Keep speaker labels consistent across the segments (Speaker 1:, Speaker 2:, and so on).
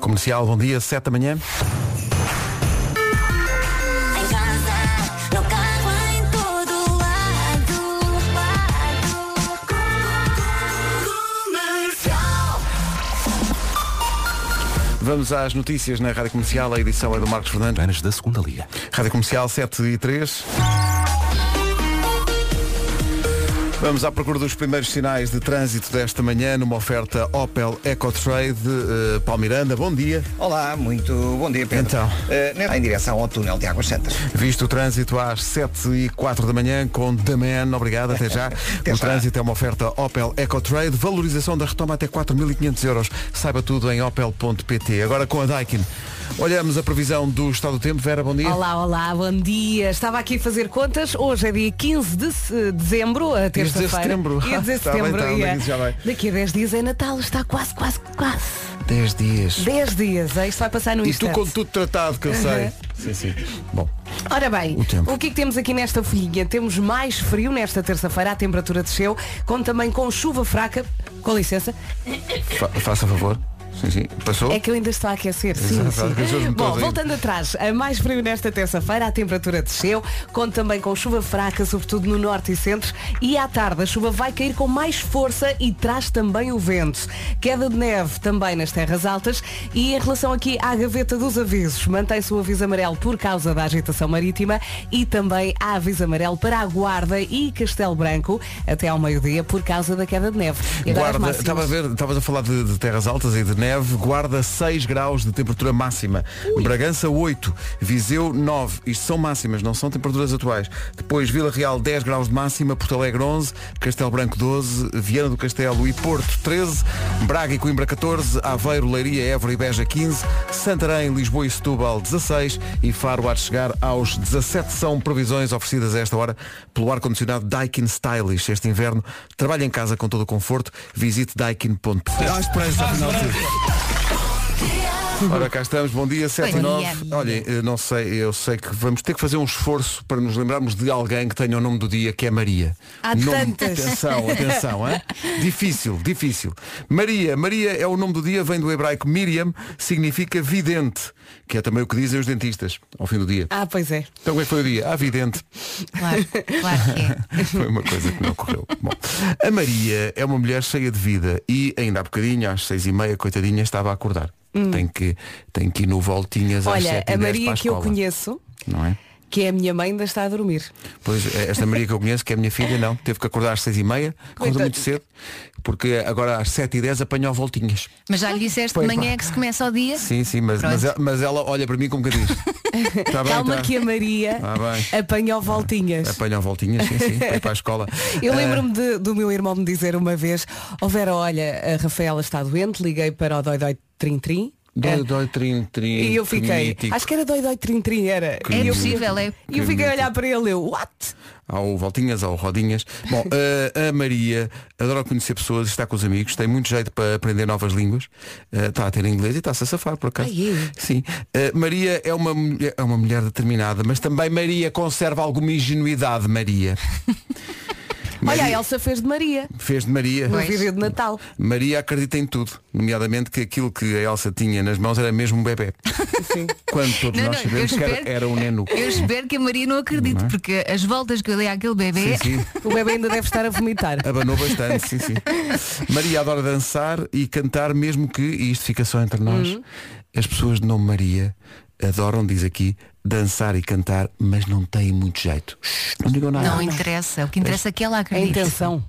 Speaker 1: Comercial, bom dia, 7 da manhã.
Speaker 2: Em casa, no carro, em todo lado. Comercial.
Speaker 1: Vamos às notícias na Rádio Comercial, a edição é do Marcos Fernandes.
Speaker 3: Anos da segunda liga.
Speaker 1: Rádio Comercial 7 e 3. Vamos à procura dos primeiros sinais de trânsito desta manhã numa oferta Opel EcoTrade. Eh, Paulo Miranda, bom dia.
Speaker 4: Olá, muito bom dia, Pedro.
Speaker 1: Então.
Speaker 4: Eh, né- em direção ao túnel de Águas Santas.
Speaker 1: Visto o trânsito às 7 e 4 da manhã com The Man, obrigado, até já. o
Speaker 4: já.
Speaker 1: trânsito é uma oferta Opel EcoTrade, valorização da retoma até 4.500 euros. Saiba tudo em opel.pt. Agora com a Daikin, olhamos a previsão do estado do tempo. Vera, bom dia.
Speaker 5: Olá, olá, bom dia. Estava aqui a fazer contas. Hoje é dia 15 de se- eh, dezembro, a
Speaker 1: Dia 16 de
Speaker 5: terça-feira.
Speaker 1: setembro.
Speaker 5: Dia 16 de
Speaker 1: Tá bem,
Speaker 5: setembro.
Speaker 1: tá bem,
Speaker 5: ia.
Speaker 1: daqui já vai.
Speaker 5: Daqui a 10 dias é Natal, está quase, quase, quase.
Speaker 1: 10 dias.
Speaker 5: 10 dias, é? isto vai passar no
Speaker 1: E tu
Speaker 5: instante.
Speaker 1: com tudo tratado, que eu
Speaker 5: Uhum.
Speaker 1: sei. sim, sim. Bom,
Speaker 5: Ora bem,
Speaker 1: O tempo.
Speaker 5: o, que é que temos aqui nesta folhinha? Temos mais frio nesta terça-feira, a temperatura desceu, como também com chuva fraca, com licença,
Speaker 1: fa- faça favor. Sim, sim. Passou?
Speaker 5: É que eu ainda estou a aquecer, sim,
Speaker 1: Exato, às vezes eu
Speaker 5: sim.
Speaker 1: não tô a
Speaker 5: Bom,
Speaker 1: rir.
Speaker 5: voltando atrás, a mais frio nesta terça-feira, a temperatura desceu, conto também com chuva fraca, sobretudo no norte e centro, e à tarde a chuva vai cair com mais força e traz também o vento. Queda de neve também nas terras altas e em relação aqui à gaveta dos avisos, mantém-se o aviso amarelo por causa da agitação marítima e também há aviso amarelo para a Guarda e Castelo Branco até ao meio-dia por causa da queda de neve. E agora as
Speaker 1: Guarda,
Speaker 5: máximas.
Speaker 1: estava a ver, estavas a falar de, de terras altas e de neve, guarda 6 graus de temperatura máxima. Bragança 8, Viseu 9. Isto são máximas, não são temperaturas atuais. Depois Vila Real 10 graus de máxima, Porto Alegre 11, Castelo Branco 12, Viana do Castelo e Porto 13, Braga e Coimbra 14, Aveiro, Leiria, Évora e Beja 15, Santarém, Lisboa e Setúbal 16 e Faro a chegar aos 17 são previsões oferecidas a esta hora pelo ar-condicionado Daikin Stylish este inverno. Trabalhe em casa com todo o conforto. Visite daikin.pt. Há esperança afinal de tudo. Ora, cá estamos, bom dia, 7 e
Speaker 6: Bom
Speaker 1: 9.
Speaker 6: dia.
Speaker 1: Olhem, eu eh, não sei, eu sei que vamos ter que fazer um esforço para nos lembrarmos de alguém que tenha o nome do dia, que é Maria.
Speaker 5: Há
Speaker 1: nome,
Speaker 5: tantas.
Speaker 1: Atenção, atenção, hein? Difícil, difícil. Maria, Maria é o nome do dia, vem do hebraico Miriam, significa vidente, que é também o que dizem os dentistas ao fim do dia.
Speaker 5: Ah, pois é.
Speaker 1: Então como é que foi o dia? Ah, vidente.
Speaker 6: Claro, claro que é.
Speaker 1: Foi uma coisa que não ocorreu. Bom, a Maria é uma mulher cheia de vida e ainda há bocadinho, às seis e meia, coitadinha, estava a acordar. Tem, que, tem que ir no Voltinhas às
Speaker 5: Hum. Olha,
Speaker 1: sete e dez
Speaker 5: a
Speaker 1: é para
Speaker 5: Maria
Speaker 1: a
Speaker 5: que eu
Speaker 1: escola,
Speaker 5: conheço,
Speaker 1: Não é?
Speaker 5: que é a minha mãe, ainda está a dormir.
Speaker 1: Pois, esta Maria que eu conheço, que é a minha filha, não. Teve que acordar às seis e meia, acordou
Speaker 5: Coitadinha.
Speaker 1: muito cedo, porque agora às sete e dez apanhou Voltinhas.
Speaker 6: Mas já lhe disseste
Speaker 1: Pois,
Speaker 6: de manhã
Speaker 1: pá.
Speaker 6: é que se começa o dia?
Speaker 1: Sim, sim, mas,
Speaker 6: Pronto.
Speaker 1: mas, ela, mas ela olha para mim como que diz. Está bem,
Speaker 5: Calma
Speaker 1: tá.
Speaker 5: que a Maria
Speaker 1: Ah, bem.
Speaker 5: apanhou voltinhas.
Speaker 1: Apanhou Voltinhas, sim, sim, foi para a escola.
Speaker 5: Eu
Speaker 1: Ah,
Speaker 5: lembro-me de- do meu irmão me dizer uma vez, oh Vera, olha, a Rafaela está doente, liguei para o Dói Dói Trim Trim.
Speaker 1: Dói,
Speaker 5: eh,
Speaker 1: dói, trim, trim,
Speaker 5: E eu fiquei,
Speaker 1: mítico.
Speaker 5: acho que era Dói Dói Trim Trim, era.
Speaker 1: Que
Speaker 5: E
Speaker 6: É
Speaker 5: eu-
Speaker 6: possível, é.
Speaker 5: E eu fiquei a olhar para ele, eu, what?
Speaker 1: ao Voltinhas, ao Rodinhas. Bom, eh, a Maria adora conhecer pessoas, está com os amigos, tem muito jeito para aprender novas línguas, Eh, está a ter inglês e está-se a safar, por acaso.
Speaker 5: Ai, eu.
Speaker 6: é?
Speaker 1: Sim. Eh, Maria é uma, mulher- é uma mulher determinada, mas também Maria conserva alguma ingenuidade, Maria.
Speaker 5: Olha,
Speaker 1: Maria-
Speaker 5: a Elsa fez de Maria,
Speaker 1: Fez de Maria.
Speaker 5: no
Speaker 6: Pois.
Speaker 5: vídeo de Natal.
Speaker 1: Maria acredita em tudo, nomeadamente que aquilo que a Elsa tinha nas mãos era mesmo um bebê.
Speaker 5: Sim.
Speaker 1: Quando todos
Speaker 6: Não,
Speaker 1: nós
Speaker 6: não,
Speaker 1: sabemos
Speaker 6: eu
Speaker 1: que era,
Speaker 6: espero-
Speaker 1: era um neno.
Speaker 6: Eu espero que a Maria não acredite, porque as voltas que eu dei àquele
Speaker 1: Sim,
Speaker 6: bebê.
Speaker 1: é? sim.
Speaker 5: O bebê ainda deve estar a vomitar.
Speaker 1: Abanou bastante, sim, sim. Maria adora dançar e cantar, mesmo que, e isto fica só entre nós, as pessoas de nome Maria adoram, diz aqui, dançar e cantar, mas não têm muito jeito. Shhh, Não digam nada.
Speaker 6: Não interessa. O que interessa é que ela
Speaker 5: A
Speaker 6: acredite.
Speaker 5: intenção.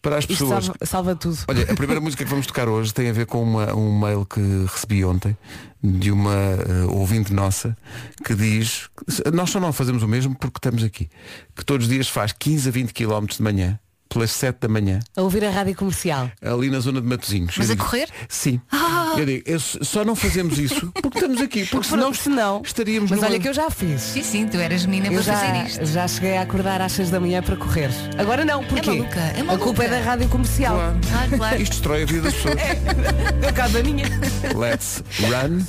Speaker 1: Para as
Speaker 5: Isto
Speaker 1: pessoas.
Speaker 5: salva, salva tudo.
Speaker 1: Olha, a primeira música que vamos tocar hoje tem a ver com uma- um mail que recebi ontem de uma eh, ouvinte nossa que diz, nós só não fazemos o mesmo porque estamos aqui, que todos os dias faz 15 a 20 km de manhã, pelas 7 da manhã,
Speaker 5: A ouvir a rádio comercial.
Speaker 1: ali na zona de Matozinhos.
Speaker 6: Mas
Speaker 1: Eu
Speaker 6: a
Speaker 1: digo,
Speaker 6: correr? Ah!
Speaker 1: Sim. Eu digo, eu s- só não fazemos isso porque estamos aqui, porque senão,
Speaker 5: Porque senão-
Speaker 1: estaríamos
Speaker 5: Mas
Speaker 1: numa-
Speaker 5: olha que eu já fiz.
Speaker 6: Sim, sim, tu eras menina
Speaker 5: Eu
Speaker 6: para
Speaker 5: já,
Speaker 6: fazer isto.
Speaker 5: já cheguei a acordar às 6 da manhã para correr. Agora não, porquê?
Speaker 6: maluca, é
Speaker 5: A
Speaker 6: maluca.
Speaker 5: culpa é da rádio comercial. É,
Speaker 1: Claro.
Speaker 6: Claro, claro.
Speaker 1: Isto é destrói a vida das pessoas.
Speaker 5: Por causa minha.
Speaker 1: Let's run.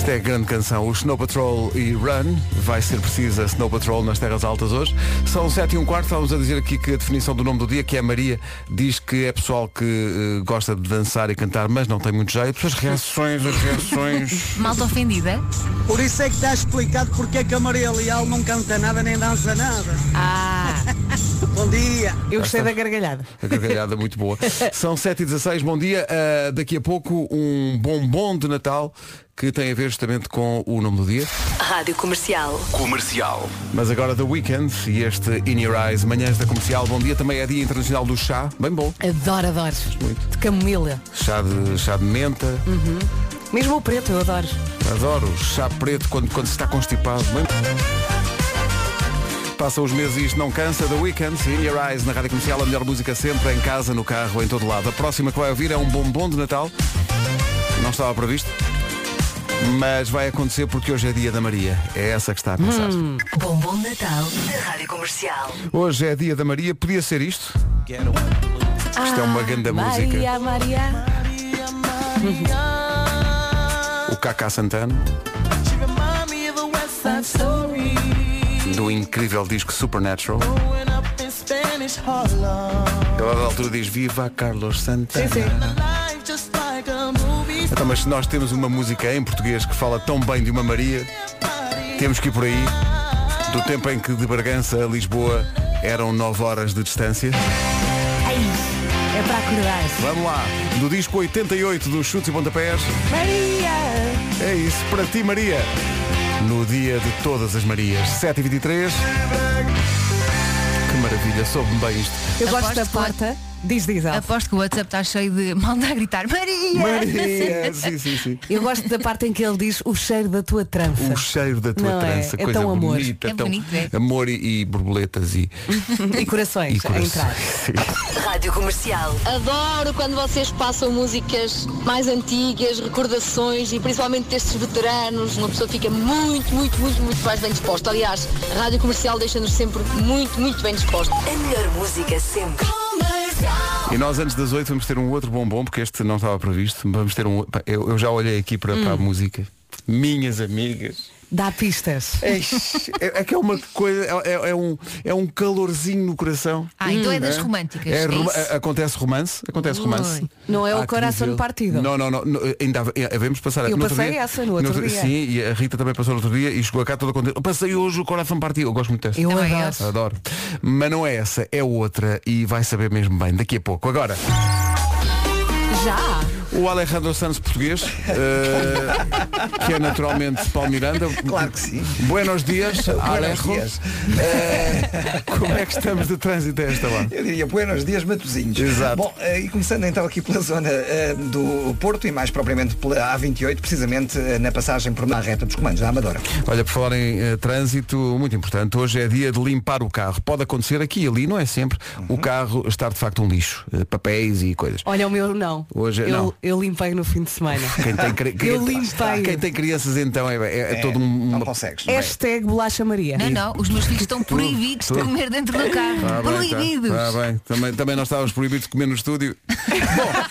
Speaker 1: Hashtag é grande canção. O Snow Patrol e Run. Vai ser precisa Snow Patrol nas terras altas hoje. São 7 e um quarto. Estávamos a dizer aqui que a definição do nome do dia, que é a Maria, diz que é pessoal que eh, gosta de dançar e cantar, mas não tem muito jeito. As reações, as reações.
Speaker 6: Malta ofendida.
Speaker 3: Por isso é que está explicado porque é que a Maria Leal não canta nada nem dança nada.
Speaker 6: Ah,
Speaker 3: Bom dia.
Speaker 5: Eu gostei da gargalhada.
Speaker 1: A gargalhada muito boa. São 7h16, bom dia. Ah, daqui a pouco um bombom de Natal que tem a ver justamente com o nome do dia.
Speaker 7: Rádio Comercial.
Speaker 8: Comercial.
Speaker 1: Mas agora The Weekend e este In Your Eyes, manhãs da comercial. Bom dia também é Dia Internacional do Chá. Bem bom.
Speaker 5: Adoro, adoro. De camomila.
Speaker 1: Chá de, chá de menta.
Speaker 5: Mesmo o preto, eu adoro.
Speaker 1: Adoro chá preto quando, quando se está constipado. Bem... Passam os meses e isto não cansa. The Weekend, In Your Eyes, na Rádio Comercial, a melhor música sempre, em casa, no carro, em todo lado. A próxima que vai ouvir é um bombom de Natal. Não estava previsto. Mas vai acontecer porque hoje é dia da Maria. É essa que está a pensar.
Speaker 2: Hum.
Speaker 7: Bombom de Natal da Rádio Comercial.
Speaker 1: Hoje é dia da Maria. Podia ser isto? Isto é uma grande música.
Speaker 5: Maria, Maria.
Speaker 1: O Cacá Santana. Do incrível disco Supernatural. Ele da altura diz Viva Carlos Santana.
Speaker 5: Sim,
Speaker 1: Então, mas se nós temos uma música em português que fala tão bem de uma Maria, temos que ir por aí. Do tempo em que de Bragança a Lisboa eram 9 horas de distância.
Speaker 5: Ai, é para acordar.
Speaker 1: Vamos lá, do disco 88 dos Chutes e Pontapés. Maria! É isso, para ti, Maria. No dia de todas as Marias, 7h23. Que maravilha, soube-me bem isto.
Speaker 5: Eu gosto
Speaker 6: Aposto
Speaker 5: da
Speaker 6: que-
Speaker 5: porta. Diz, diz algo.
Speaker 6: aposto que o WhatsApp está cheio de malta a gritar Maria!
Speaker 1: Maria! Sim, sim, sim.
Speaker 5: Eu gosto da parte em que ele diz o cheiro da tua trança.
Speaker 1: O cheiro da tua
Speaker 5: Não é?
Speaker 1: trança,
Speaker 5: É
Speaker 1: coisa
Speaker 5: tão amor.
Speaker 1: bonita,
Speaker 6: É
Speaker 1: tão
Speaker 6: bonito, é?
Speaker 1: amor e, e borboletas e,
Speaker 5: E corações,
Speaker 1: e
Speaker 5: a
Speaker 1: corações.
Speaker 5: é entrar.
Speaker 1: Sim.
Speaker 7: Rádio Comercial.
Speaker 9: Adoro quando vocês passam músicas mais antigas, recordações e principalmente destes veteranos. Uma pessoa fica muito, muito, muito, muito mais bem disposta. Aliás, a rádio comercial deixa-nos sempre muito, muito bem disposta.
Speaker 7: A melhor música sempre.
Speaker 1: E nós antes das 8 vamos ter um outro bombom, porque este não estava previsto. Vamos ter um. pá, Eu, eu já olhei aqui para,
Speaker 5: Hum.
Speaker 1: para a música. Minhas amigas.
Speaker 5: Dá pistas.
Speaker 1: Eish, É, é que é uma coisa, é, é- é um, é um calorzinho no coração.
Speaker 6: Ah, então é das românticas.
Speaker 1: É
Speaker 6: é
Speaker 1: rom-
Speaker 6: isso?
Speaker 1: a- acontece romance, acontece romance.
Speaker 6: Ui.
Speaker 5: Não é o
Speaker 1: Há que
Speaker 5: coração
Speaker 1: dizer.
Speaker 5: partido.
Speaker 1: Não, não, não. não, ainda eh, havemos passar
Speaker 5: Eu
Speaker 1: no outro
Speaker 5: passei
Speaker 1: dia-
Speaker 5: essa no outro dia.
Speaker 1: Sim, e a Rita também passou no outro dia e chegou cá toda contente. Eu Passei hoje o coração partido. Eu gosto muito dessa.
Speaker 4: é
Speaker 5: Eu
Speaker 6: Também
Speaker 5: adoro.
Speaker 6: acho.
Speaker 1: Adoro. Mas não é essa, é outra e vai saber mesmo bem daqui a pouco. Agora,
Speaker 5: Já?
Speaker 1: o Alejandro Santos português, eh, que é naturalmente Paulo Miranda.
Speaker 4: Claro que sim.
Speaker 1: Buenos dias,
Speaker 4: Buenos
Speaker 1: Alejo.
Speaker 4: dias.
Speaker 1: Como é que estamos de trânsito a esta hora?
Speaker 4: Eu diria buenos dias, Matosinhos.
Speaker 1: Exato.
Speaker 4: Bom, eh, e começando então aqui pela zona eh, do Porto e mais propriamente pela A28, precisamente eh, na passagem por uma reta dos comandos da Amadora.
Speaker 1: Olha, por falar em eh, trânsito, muito importante, hoje é dia de limpar o carro. Pode acontecer aqui e ali, não é sempre,
Speaker 4: Uhum.
Speaker 1: o carro estar de facto um lixo. eh, papéis e coisas.
Speaker 5: Olha, o meu não.
Speaker 1: Hoje é
Speaker 5: eu,
Speaker 1: não.
Speaker 5: eu limpei no fim de semana.
Speaker 1: Quem tem, cri- cri-
Speaker 5: Eu limpei.
Speaker 1: Quem tem crianças então é, é, é todo um.
Speaker 4: Não
Speaker 1: uma-
Speaker 4: consegues. Bem,
Speaker 5: Hashtag bolacha Maria.
Speaker 6: Não, não, os meus filhos estão proibidos de
Speaker 1: tudo.
Speaker 6: comer dentro do carro.
Speaker 1: Ah, bem, tá.
Speaker 6: proibidos.
Speaker 1: Ah, bem. Também, também nós estávamos proibidos de comer no estúdio.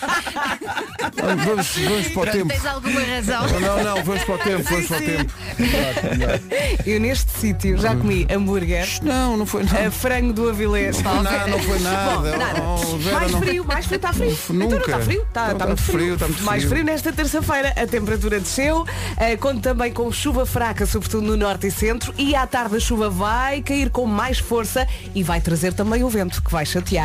Speaker 1: Bom, vamos- vamos, vamos para o
Speaker 6: Pronto,
Speaker 1: tempo.
Speaker 6: tens alguma razão.
Speaker 1: Não, não, vamos para o tempo, vamos para o tempo.
Speaker 5: Eu neste sítio já comi hambúrguer,
Speaker 1: Não, não foi nada.
Speaker 5: a frango do Avilés.
Speaker 1: Não, não foi nada.
Speaker 5: Bom, nada.
Speaker 1: Oh, Vera,
Speaker 5: mais
Speaker 1: não-
Speaker 5: frio, mais frio, está frio.
Speaker 1: Nunca.
Speaker 5: Então não está frio? Está,
Speaker 1: Não,
Speaker 5: está
Speaker 1: tá
Speaker 5: muito
Speaker 1: frio,
Speaker 5: frio.
Speaker 1: tá muito
Speaker 5: mais
Speaker 1: frio.
Speaker 5: frio nesta terça-feira. A temperatura desceu, eh, conto também com chuva fraca, sobretudo no norte e centro. E à tarde a chuva vai cair com mais força e vai trazer também o vento, que vai chatear.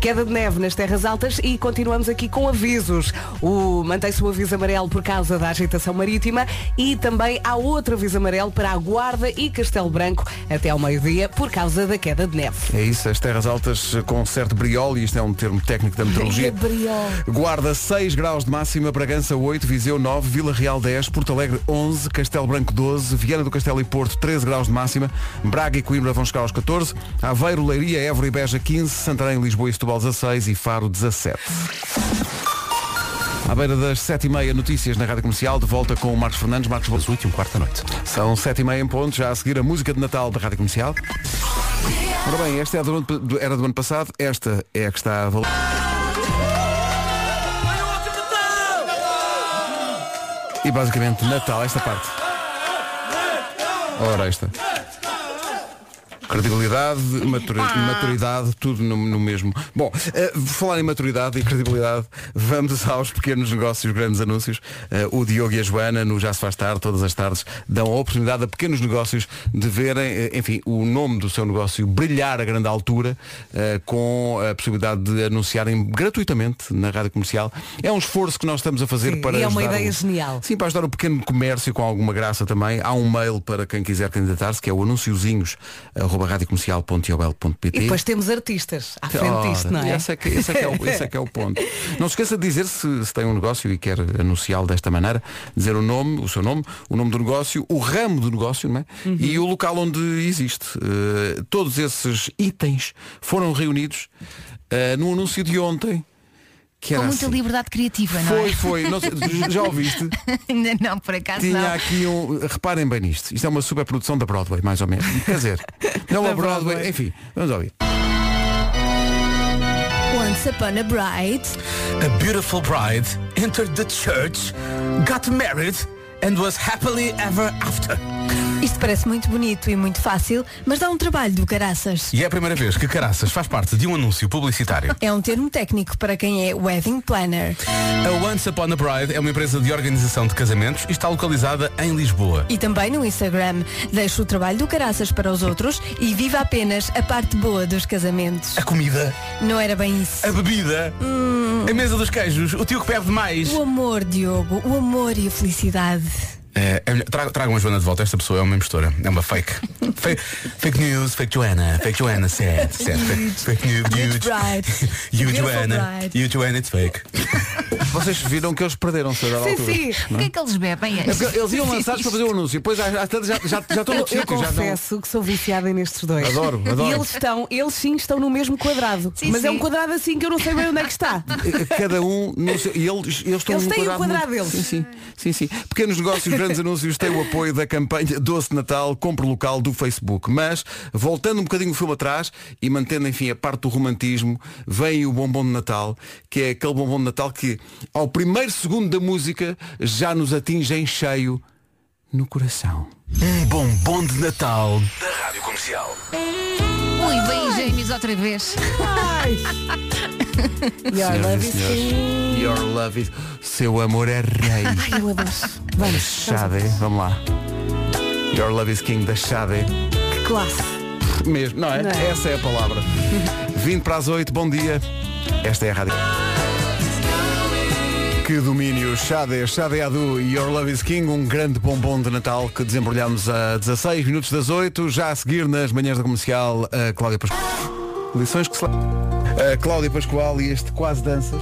Speaker 5: Queda de neve nas terras altas e continuamos aqui com avisos. O Mantém-se o aviso amarelo por causa da agitação marítima e também há outro aviso amarelo para a Guarda e Castelo Branco até ao meio-dia por causa da queda de neve.
Speaker 1: É isso, as terras altas eh, com certo briol, e isto é um termo técnico da meteorologia.
Speaker 5: Briol.
Speaker 1: Guarda 6 graus de máxima, Bragança 8, Viseu 9, Vila Real 10, Porto Alegre 11, Castelo Branco 12, Viana do Castelo e Porto 13 graus de máxima, Braga e Coimbra vão chegar aos 14, Aveiro, Leiria, Évora e Beja 15, Santarém, Lisboa e Setúbal 16 e Faro 17. À beira das 7h30, notícias na Rádio Comercial, de volta com o Marcos Fernandes, Marcos Boas, 8 e um quarto da noite. São 7h30 em ponto, já a seguir a música de Natal da Rádio Comercial. Ora bem, esta é a do ano- do- era do ano passado, esta é a que está a valer. E basicamente Natal, esta parte. Ora, esta. Credibilidade, matura-
Speaker 5: Ah.
Speaker 1: maturidade, tudo no, no mesmo. Bom, eh, por falar em maturidade e credibilidade, vamos aos pequenos negócios, grandes anúncios. Eh, o Diogo e a Joana, no Já Se Faz Tarde, todas as tardes, dão a oportunidade a pequenos negócios de verem, eh, enfim, o nome do seu negócio brilhar a grande altura, eh, com a possibilidade de anunciarem gratuitamente na rádio comercial. É um esforço que nós estamos a fazer para.
Speaker 5: E é uma
Speaker 1: ajudar
Speaker 5: ideia
Speaker 1: o-
Speaker 5: genial.
Speaker 1: Sim, para ajudar o pequeno comércio com alguma graça também, há um mail para quem quiser candidatar-se, que é o eh, anunciozinhos.radiocomercial.iobel.pt
Speaker 5: E depois temos artistas à frente disto, não é?
Speaker 1: Esse é, que, esse é que é o, esse é que é o ponto. Não se esqueça de dizer se, se tem um negócio e quer anunciá-lo desta maneira, dizer o nome, o seu nome, o nome do negócio, o ramo do negócio não é?
Speaker 5: Uhum.
Speaker 1: e o local onde existe. Eh, todos esses itens foram reunidos eh, no anúncio de ontem. Que era
Speaker 6: Com muita
Speaker 1: assim.
Speaker 6: liberdade criativa, não
Speaker 1: Foi,
Speaker 6: é?
Speaker 1: foi. Não sei- já ouviste?
Speaker 6: Ainda não, por acaso
Speaker 1: Tinha
Speaker 6: não.
Speaker 1: aqui um. Reparem bem nisto. Isto é uma superprodução da Broadway, mais ou menos. Quer dizer, não a Broadway. Enfim, vamos ouvir.
Speaker 8: Once upon a bride.
Speaker 10: A beautiful bride entered the church, got married and was happily ever after.
Speaker 8: Isto parece muito bonito e muito fácil, mas dá um trabalho do caraças.
Speaker 10: E é a primeira vez que Caraças faz parte de um anúncio publicitário.
Speaker 8: É um termo técnico para quem é wedding planner.
Speaker 10: A Once Upon a Bride é uma empresa de organização de casamentos e está localizada em Lisboa.
Speaker 8: E também no Instagram. Deixa o trabalho do caraças para os outros e viva apenas a parte boa dos casamentos.
Speaker 10: A comida,
Speaker 8: Não era bem isso.
Speaker 10: a bebida, a mesa dos queijos, o tio que bebe demais.
Speaker 8: O amor, Diogo, o amor e a felicidade.
Speaker 10: É, é melhor- tra- tragam a Joana de volta, esta pessoa é uma impostora, é uma fake. fake. Fake news, fake Joana, fake Joana, certo, certo. Fake, fake news,
Speaker 8: Huge
Speaker 10: huge.
Speaker 8: bride.
Speaker 10: You
Speaker 8: Beautiful
Speaker 10: Joana,
Speaker 8: bride.
Speaker 10: you Joana, it's fake.
Speaker 1: Vocês viram que eles perderam-se a dada
Speaker 5: Sim,
Speaker 1: altura.
Speaker 5: sim.
Speaker 6: O que é que eles bebem?
Speaker 1: É porque eles iam lançar para fazer o anúncio. Depois às às tantas já, já, já estão
Speaker 5: Eu,
Speaker 1: no
Speaker 5: eu
Speaker 1: sítio. Já não...
Speaker 5: confesso que sou viciada nestes dois.
Speaker 1: Adoro, adoro.
Speaker 5: E eles estão, eles sim estão no mesmo quadrado.
Speaker 6: Sim,
Speaker 5: mas é
Speaker 6: sim.
Speaker 5: um quadrado assim que eu não sei bem onde é que está.
Speaker 1: Cada um no seu... E eles, eles estão
Speaker 5: Eles
Speaker 1: num
Speaker 5: têm o quadrado
Speaker 1: muito-
Speaker 5: deles.
Speaker 1: Sim, sim, sim, sim. Pequenos negócios, grandes anúncios têm o apoio da campanha Doce Natal, compre local do Facebook. Mas, voltando um bocadinho o filme atrás e mantendo, enfim, a parte do romantismo, vem o bombom de Natal, que é aquele bombom de Natal que, ao primeiro segundo da música, já nos atinge em cheio no coração.
Speaker 10: Um bombom de Natal.
Speaker 6: Ui, bem gêmeos outra vez.
Speaker 5: Your
Speaker 1: Senhoras
Speaker 5: love
Speaker 1: e
Speaker 5: is
Speaker 1: senhores, Your love is... Seu amor é rei.
Speaker 5: Ai, eu adoro. Vamos,
Speaker 1: Xade, vamos lá. Your Love is King da Xade.
Speaker 5: que classe.
Speaker 1: Mesmo, não é?
Speaker 5: Não é?
Speaker 1: Essa é a palavra. 20 para as 8, bom dia. Esta é a rádio. Que domínio, Xade, Xade Adu e Your Love is King, um grande bombom de Natal que desembrulhamos a 16 minutos das 8, já a seguir nas manhãs da comercial, a Cláudia Pascoal. Lições que se... le- A Cláudia Pascoal e este quase dança.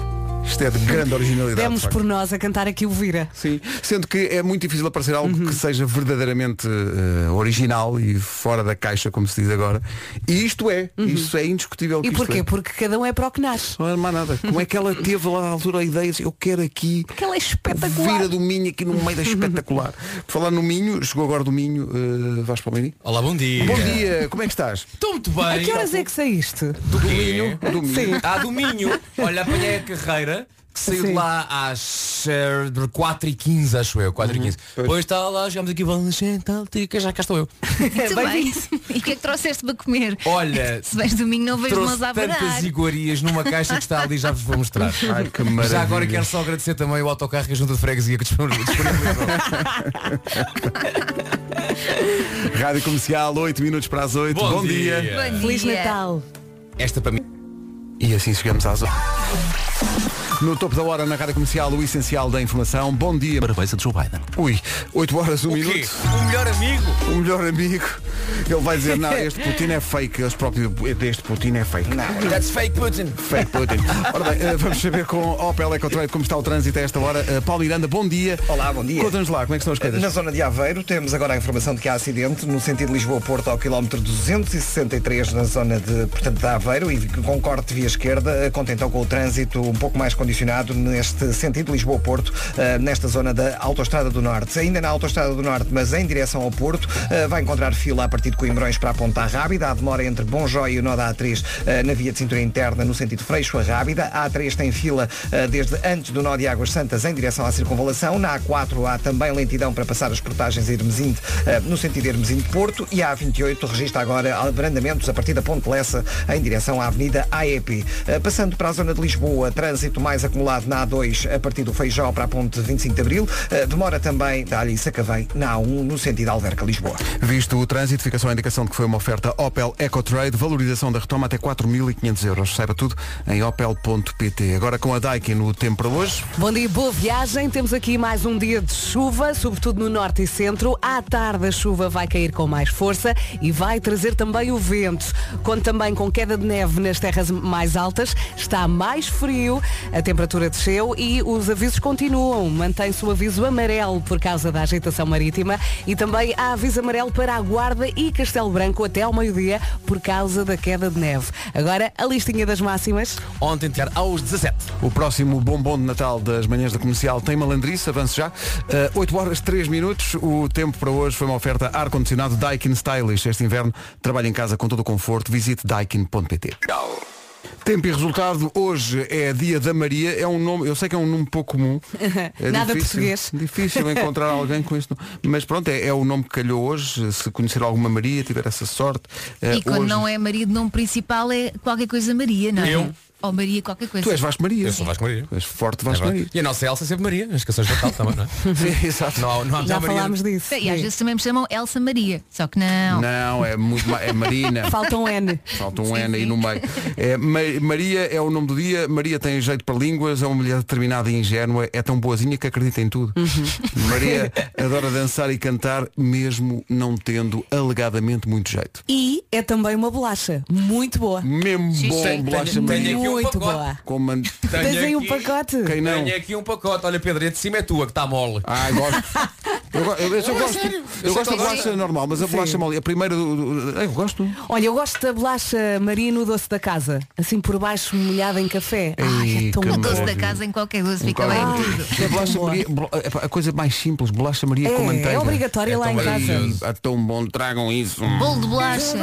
Speaker 1: Isto é de grande originalidade. de
Speaker 5: Demos
Speaker 1: facto.
Speaker 5: por nós a cantar aqui o Vira.
Speaker 1: Sim, sendo que é muito difícil aparecer algo que seja verdadeiramente eh, original e fora da caixa, como se diz agora. E isto é, isso é indiscutível.
Speaker 5: E
Speaker 1: que isto
Speaker 5: porquê?
Speaker 1: é.
Speaker 5: Porque cada um é para o que nasce.
Speaker 1: Não é mais nada. Como é que ela teve lá na altura a ideia de eu quero aqui
Speaker 5: Porque ela é espetacular. Uhum.
Speaker 1: vira do Minho aqui no meio da espetacular. Por falar no Minho, chegou agora do Minho, eh, Vasco Palmini.
Speaker 10: Olá, bom dia.
Speaker 1: Bom dia, como é que estás?
Speaker 10: Estou muito
Speaker 5: A
Speaker 10: bem.
Speaker 5: que horas é que saíste?
Speaker 10: Do Minho.
Speaker 1: Do Minho.
Speaker 10: Ah, do Minho. Olha, apanhei a carreira que saiu
Speaker 5: Sim.
Speaker 10: de lá às 4 e 15 acho eu. 4 e
Speaker 1: Uhum.
Speaker 10: 15 Pois está lá, chegamos aqui, vamos sentar, tica, já cá estou eu.
Speaker 6: Muito bem.
Speaker 5: Bem-vindo.
Speaker 6: E o que é que trouxeste para comer?
Speaker 10: Olha,
Speaker 6: Se vens domingo não vejo
Speaker 10: trouxe
Speaker 6: mãos a
Speaker 10: tantas
Speaker 6: abanar.
Speaker 10: iguarias numa caixa que está ali, já vos vou mostrar.
Speaker 1: Ai, que maravilha.
Speaker 10: Já agora quero só agradecer também o autocarro e a junta de freguesia que disponibilizou.
Speaker 1: Rádio Comercial, 8 minutos para as 8. Bom, dia.
Speaker 6: Bom
Speaker 5: Feliz
Speaker 6: dia.
Speaker 5: Natal.
Speaker 10: Esta para mim.
Speaker 1: E assim chegamos às horas. No topo da hora, na Rádio Comercial, o essencial da informação. Bom dia.
Speaker 10: Parabéns a Joe Biden.
Speaker 1: Ui, 8 horas, 1 minuto.
Speaker 10: O melhor amigo.
Speaker 1: O melhor amigo. Ele vai dizer, não, este Putin é fake. Eles próprios, este Putin é fake.
Speaker 10: That's fake Putin.
Speaker 1: Fake Putin. Ora bem, eh, vamos saber com a Opel Ecotrade como está o trânsito a esta hora. Eh, Paulo Miranda, bom dia.
Speaker 4: Olá, bom dia.
Speaker 1: Conta-nos lá, como é que estão as
Speaker 4: Na
Speaker 1: coisas?
Speaker 4: zona de Aveiro, temos agora a informação de que há acidente no sentido Lisboa-Porto ao quilómetro 263 na zona de, portanto, de Aveiro e com corte via esquerda, eh, conta então com o trânsito um pouco mais condicionado neste sentido Lisboa-Porto, eh, nesta zona da Autostrada do Norte. Ainda na Autostrada do Norte, mas em direção ao Porto, eh, vai encontrar fila a partir de Coimbrões para a Ponta à Rábida. Há demora entre Bom Joia e o Noda A3 eh, na via de cintura interna no sentido Freixo a Rábida. A A3 tem fila eh, desde antes do Nó de Águas Santas em direção à circunvalação. Na A4 há também lentidão para passar as portagens Hermesinde eh, no sentido Hermesinde-Porto e a A28 registra agora abrandamentos a partir da Ponte Lessa em direção à Avenida AEP. Eh, Passando para a zona de Lisboa, trânsito mais acumulado na A2 a partir do Feijó para a Ponte 25 de Abril. Eh, Demora também da Alhe e Sacavém na A1 no sentido Alverca-Lisboa.
Speaker 1: Visto o trânsito, fica só a indicação de que foi uma oferta Opel EcoTrade, valorização da retoma até 4.500 euros. Saiba tudo em opel.pt. Agora com a Daikin no tempo para hoje.
Speaker 5: Bom dia, boa viagem. Temos aqui mais um dia de chuva, sobretudo no norte e centro. À tarde a chuva vai cair com mais força e vai trazer também o vento. Conto também com queda de neve nas terras mais altas. Está mais frio, a temperatura desceu e os avisos continuam. Mantém-se o aviso amarelo por causa da agitação marítima e também há aviso amarelo para a Guarda e Castelo Branco até ao meio-dia por causa da queda de neve. Agora a listinha das máximas.
Speaker 1: Ontem tirar aos 17. O próximo bombom de Natal das manhãs da comercial tem malandrice, avanço já. Uh, 8 horas 3 minutos. O tempo para hoje foi uma oferta ar-condicionado Daikin Stylish. Este inverno trabalhe em casa com todo o conforto. Visite daikin.pt. Tempo e resultado, hoje é dia da Maria, é um nome, eu sei que é um nome pouco comum. É
Speaker 5: Nada
Speaker 1: difícil,
Speaker 5: português.
Speaker 1: Difícil encontrar alguém com este nome. Mas pronto, é, é o nome que calhou hoje, se conhecer alguma Maria, tiver essa sorte. eh,
Speaker 6: E quando
Speaker 1: hoje-
Speaker 6: não é marido, nome principal é qualquer coisa Maria, não é?
Speaker 1: Eu?
Speaker 6: Ou Maria qualquer coisa.
Speaker 1: Tu és Vasco Maria.
Speaker 11: Eu sou Vasco Maria.
Speaker 1: És forte Vasco
Speaker 11: É verdade.
Speaker 1: Maria.
Speaker 11: E a nossa Elsa é sempre Maria, as canções de Natal também, não é?
Speaker 1: Sim, exato.
Speaker 11: Não há, não há não há Maria.
Speaker 5: disso.
Speaker 6: E às vezes também me chamam Elsa Maria. Só que não.
Speaker 1: Não, é, muito, ma- é Marina.
Speaker 5: Falta um N.
Speaker 1: Falta um N aí no meio. É, Ma- Maria é o nome do dia, Maria tem jeito para línguas, é uma mulher determinada e ingênua, é tão boazinha que acredita em tudo. Maria adora dançar e cantar, mesmo não tendo alegadamente muito jeito.
Speaker 5: E é também uma bolacha muito boa.
Speaker 1: Mesmo Bom, bolacha Maria.
Speaker 6: um
Speaker 5: Muito boa.
Speaker 1: Com man-
Speaker 11: Tenho
Speaker 5: Tens aí um
Speaker 11: aqui-
Speaker 5: pacote.
Speaker 1: Quem não?
Speaker 11: Tenho aqui um pacote, olha Pedro, este de cima é tua, que está mole.
Speaker 1: Ah, gosto. Eu, go- eu, eu só
Speaker 11: Não, é
Speaker 1: gosto,
Speaker 11: sério.
Speaker 1: eu gosto
Speaker 11: Eu
Speaker 1: da
Speaker 11: sei que
Speaker 1: bolacha
Speaker 11: gosto.
Speaker 1: normal, mas a
Speaker 11: Sim.
Speaker 1: bolacha mole, a primeira do, do- eu gosto.
Speaker 5: Olha, eu gosto da bolacha Maria no doce da casa. Assim por baixo, molhada em café. Ai, é tão
Speaker 6: A
Speaker 5: bom.
Speaker 6: doce da casa em qualquer doce
Speaker 1: Um
Speaker 6: fica bem.
Speaker 1: A bolacha Maria, bolo- epá, a coisa mais simples, bolacha Maria
Speaker 5: É,
Speaker 1: com
Speaker 5: é
Speaker 1: manteiga.
Speaker 5: obrigatória lá
Speaker 1: tão
Speaker 5: em casa.
Speaker 1: maravilhoso. É tão bom, tragam isso.
Speaker 6: Bolo de bolacha.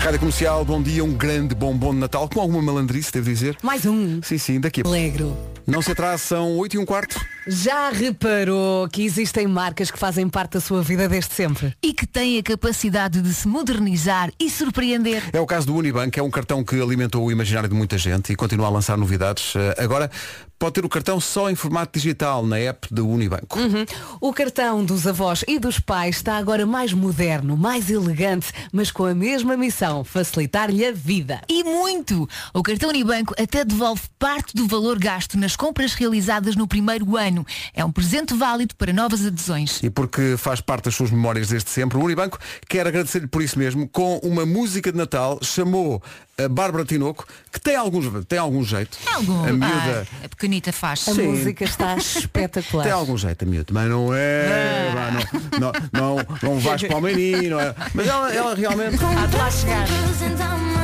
Speaker 1: Rádio Comercial, bom dia, um grande bombom de Natal, com alguma malandrice, devo dizer.
Speaker 5: Mais um.
Speaker 1: Sim, sim, daqui a
Speaker 5: Alegro.
Speaker 1: Não se atrasa, são 8 e um quarto.
Speaker 5: Já reparou que existem marcas que fazem parte da sua vida desde sempre?
Speaker 6: E que tem a capacidade de se modernizar e surpreender.
Speaker 1: É o caso do Unibank, é um cartão que alimentou o imaginário de muita gente e continua a lançar novidades. Eh, Agora pode ter o cartão só em formato digital na app do Unibank.
Speaker 5: Uhum. O cartão dos avós e dos pais está agora mais moderno, mais elegante, mas com a mesma missão, facilitar-lhe a vida.
Speaker 6: E muito! O cartão Unibanco até devolve parte do valor gasto nas compras realizadas no primeiro ano. É um presente válido para novas adesões.
Speaker 1: E porque faz parte das suas memórias desde sempre, o Unibanco quer agradecer-lhe por isso mesmo com uma música de Natal. Chamou a Bárbara Tinoco, que tem, alguns, tem algum jeito.
Speaker 6: Algum.
Speaker 1: A miúda.
Speaker 6: Ah, a pequenita faz.
Speaker 1: A Sim. música
Speaker 5: está espetacular.
Speaker 1: Tem algum jeito, a miúda, mas não é. vá, Não, não, não, não vais para o menino. não é? Mas ela, ela realmente.
Speaker 5: Há de lá chegar.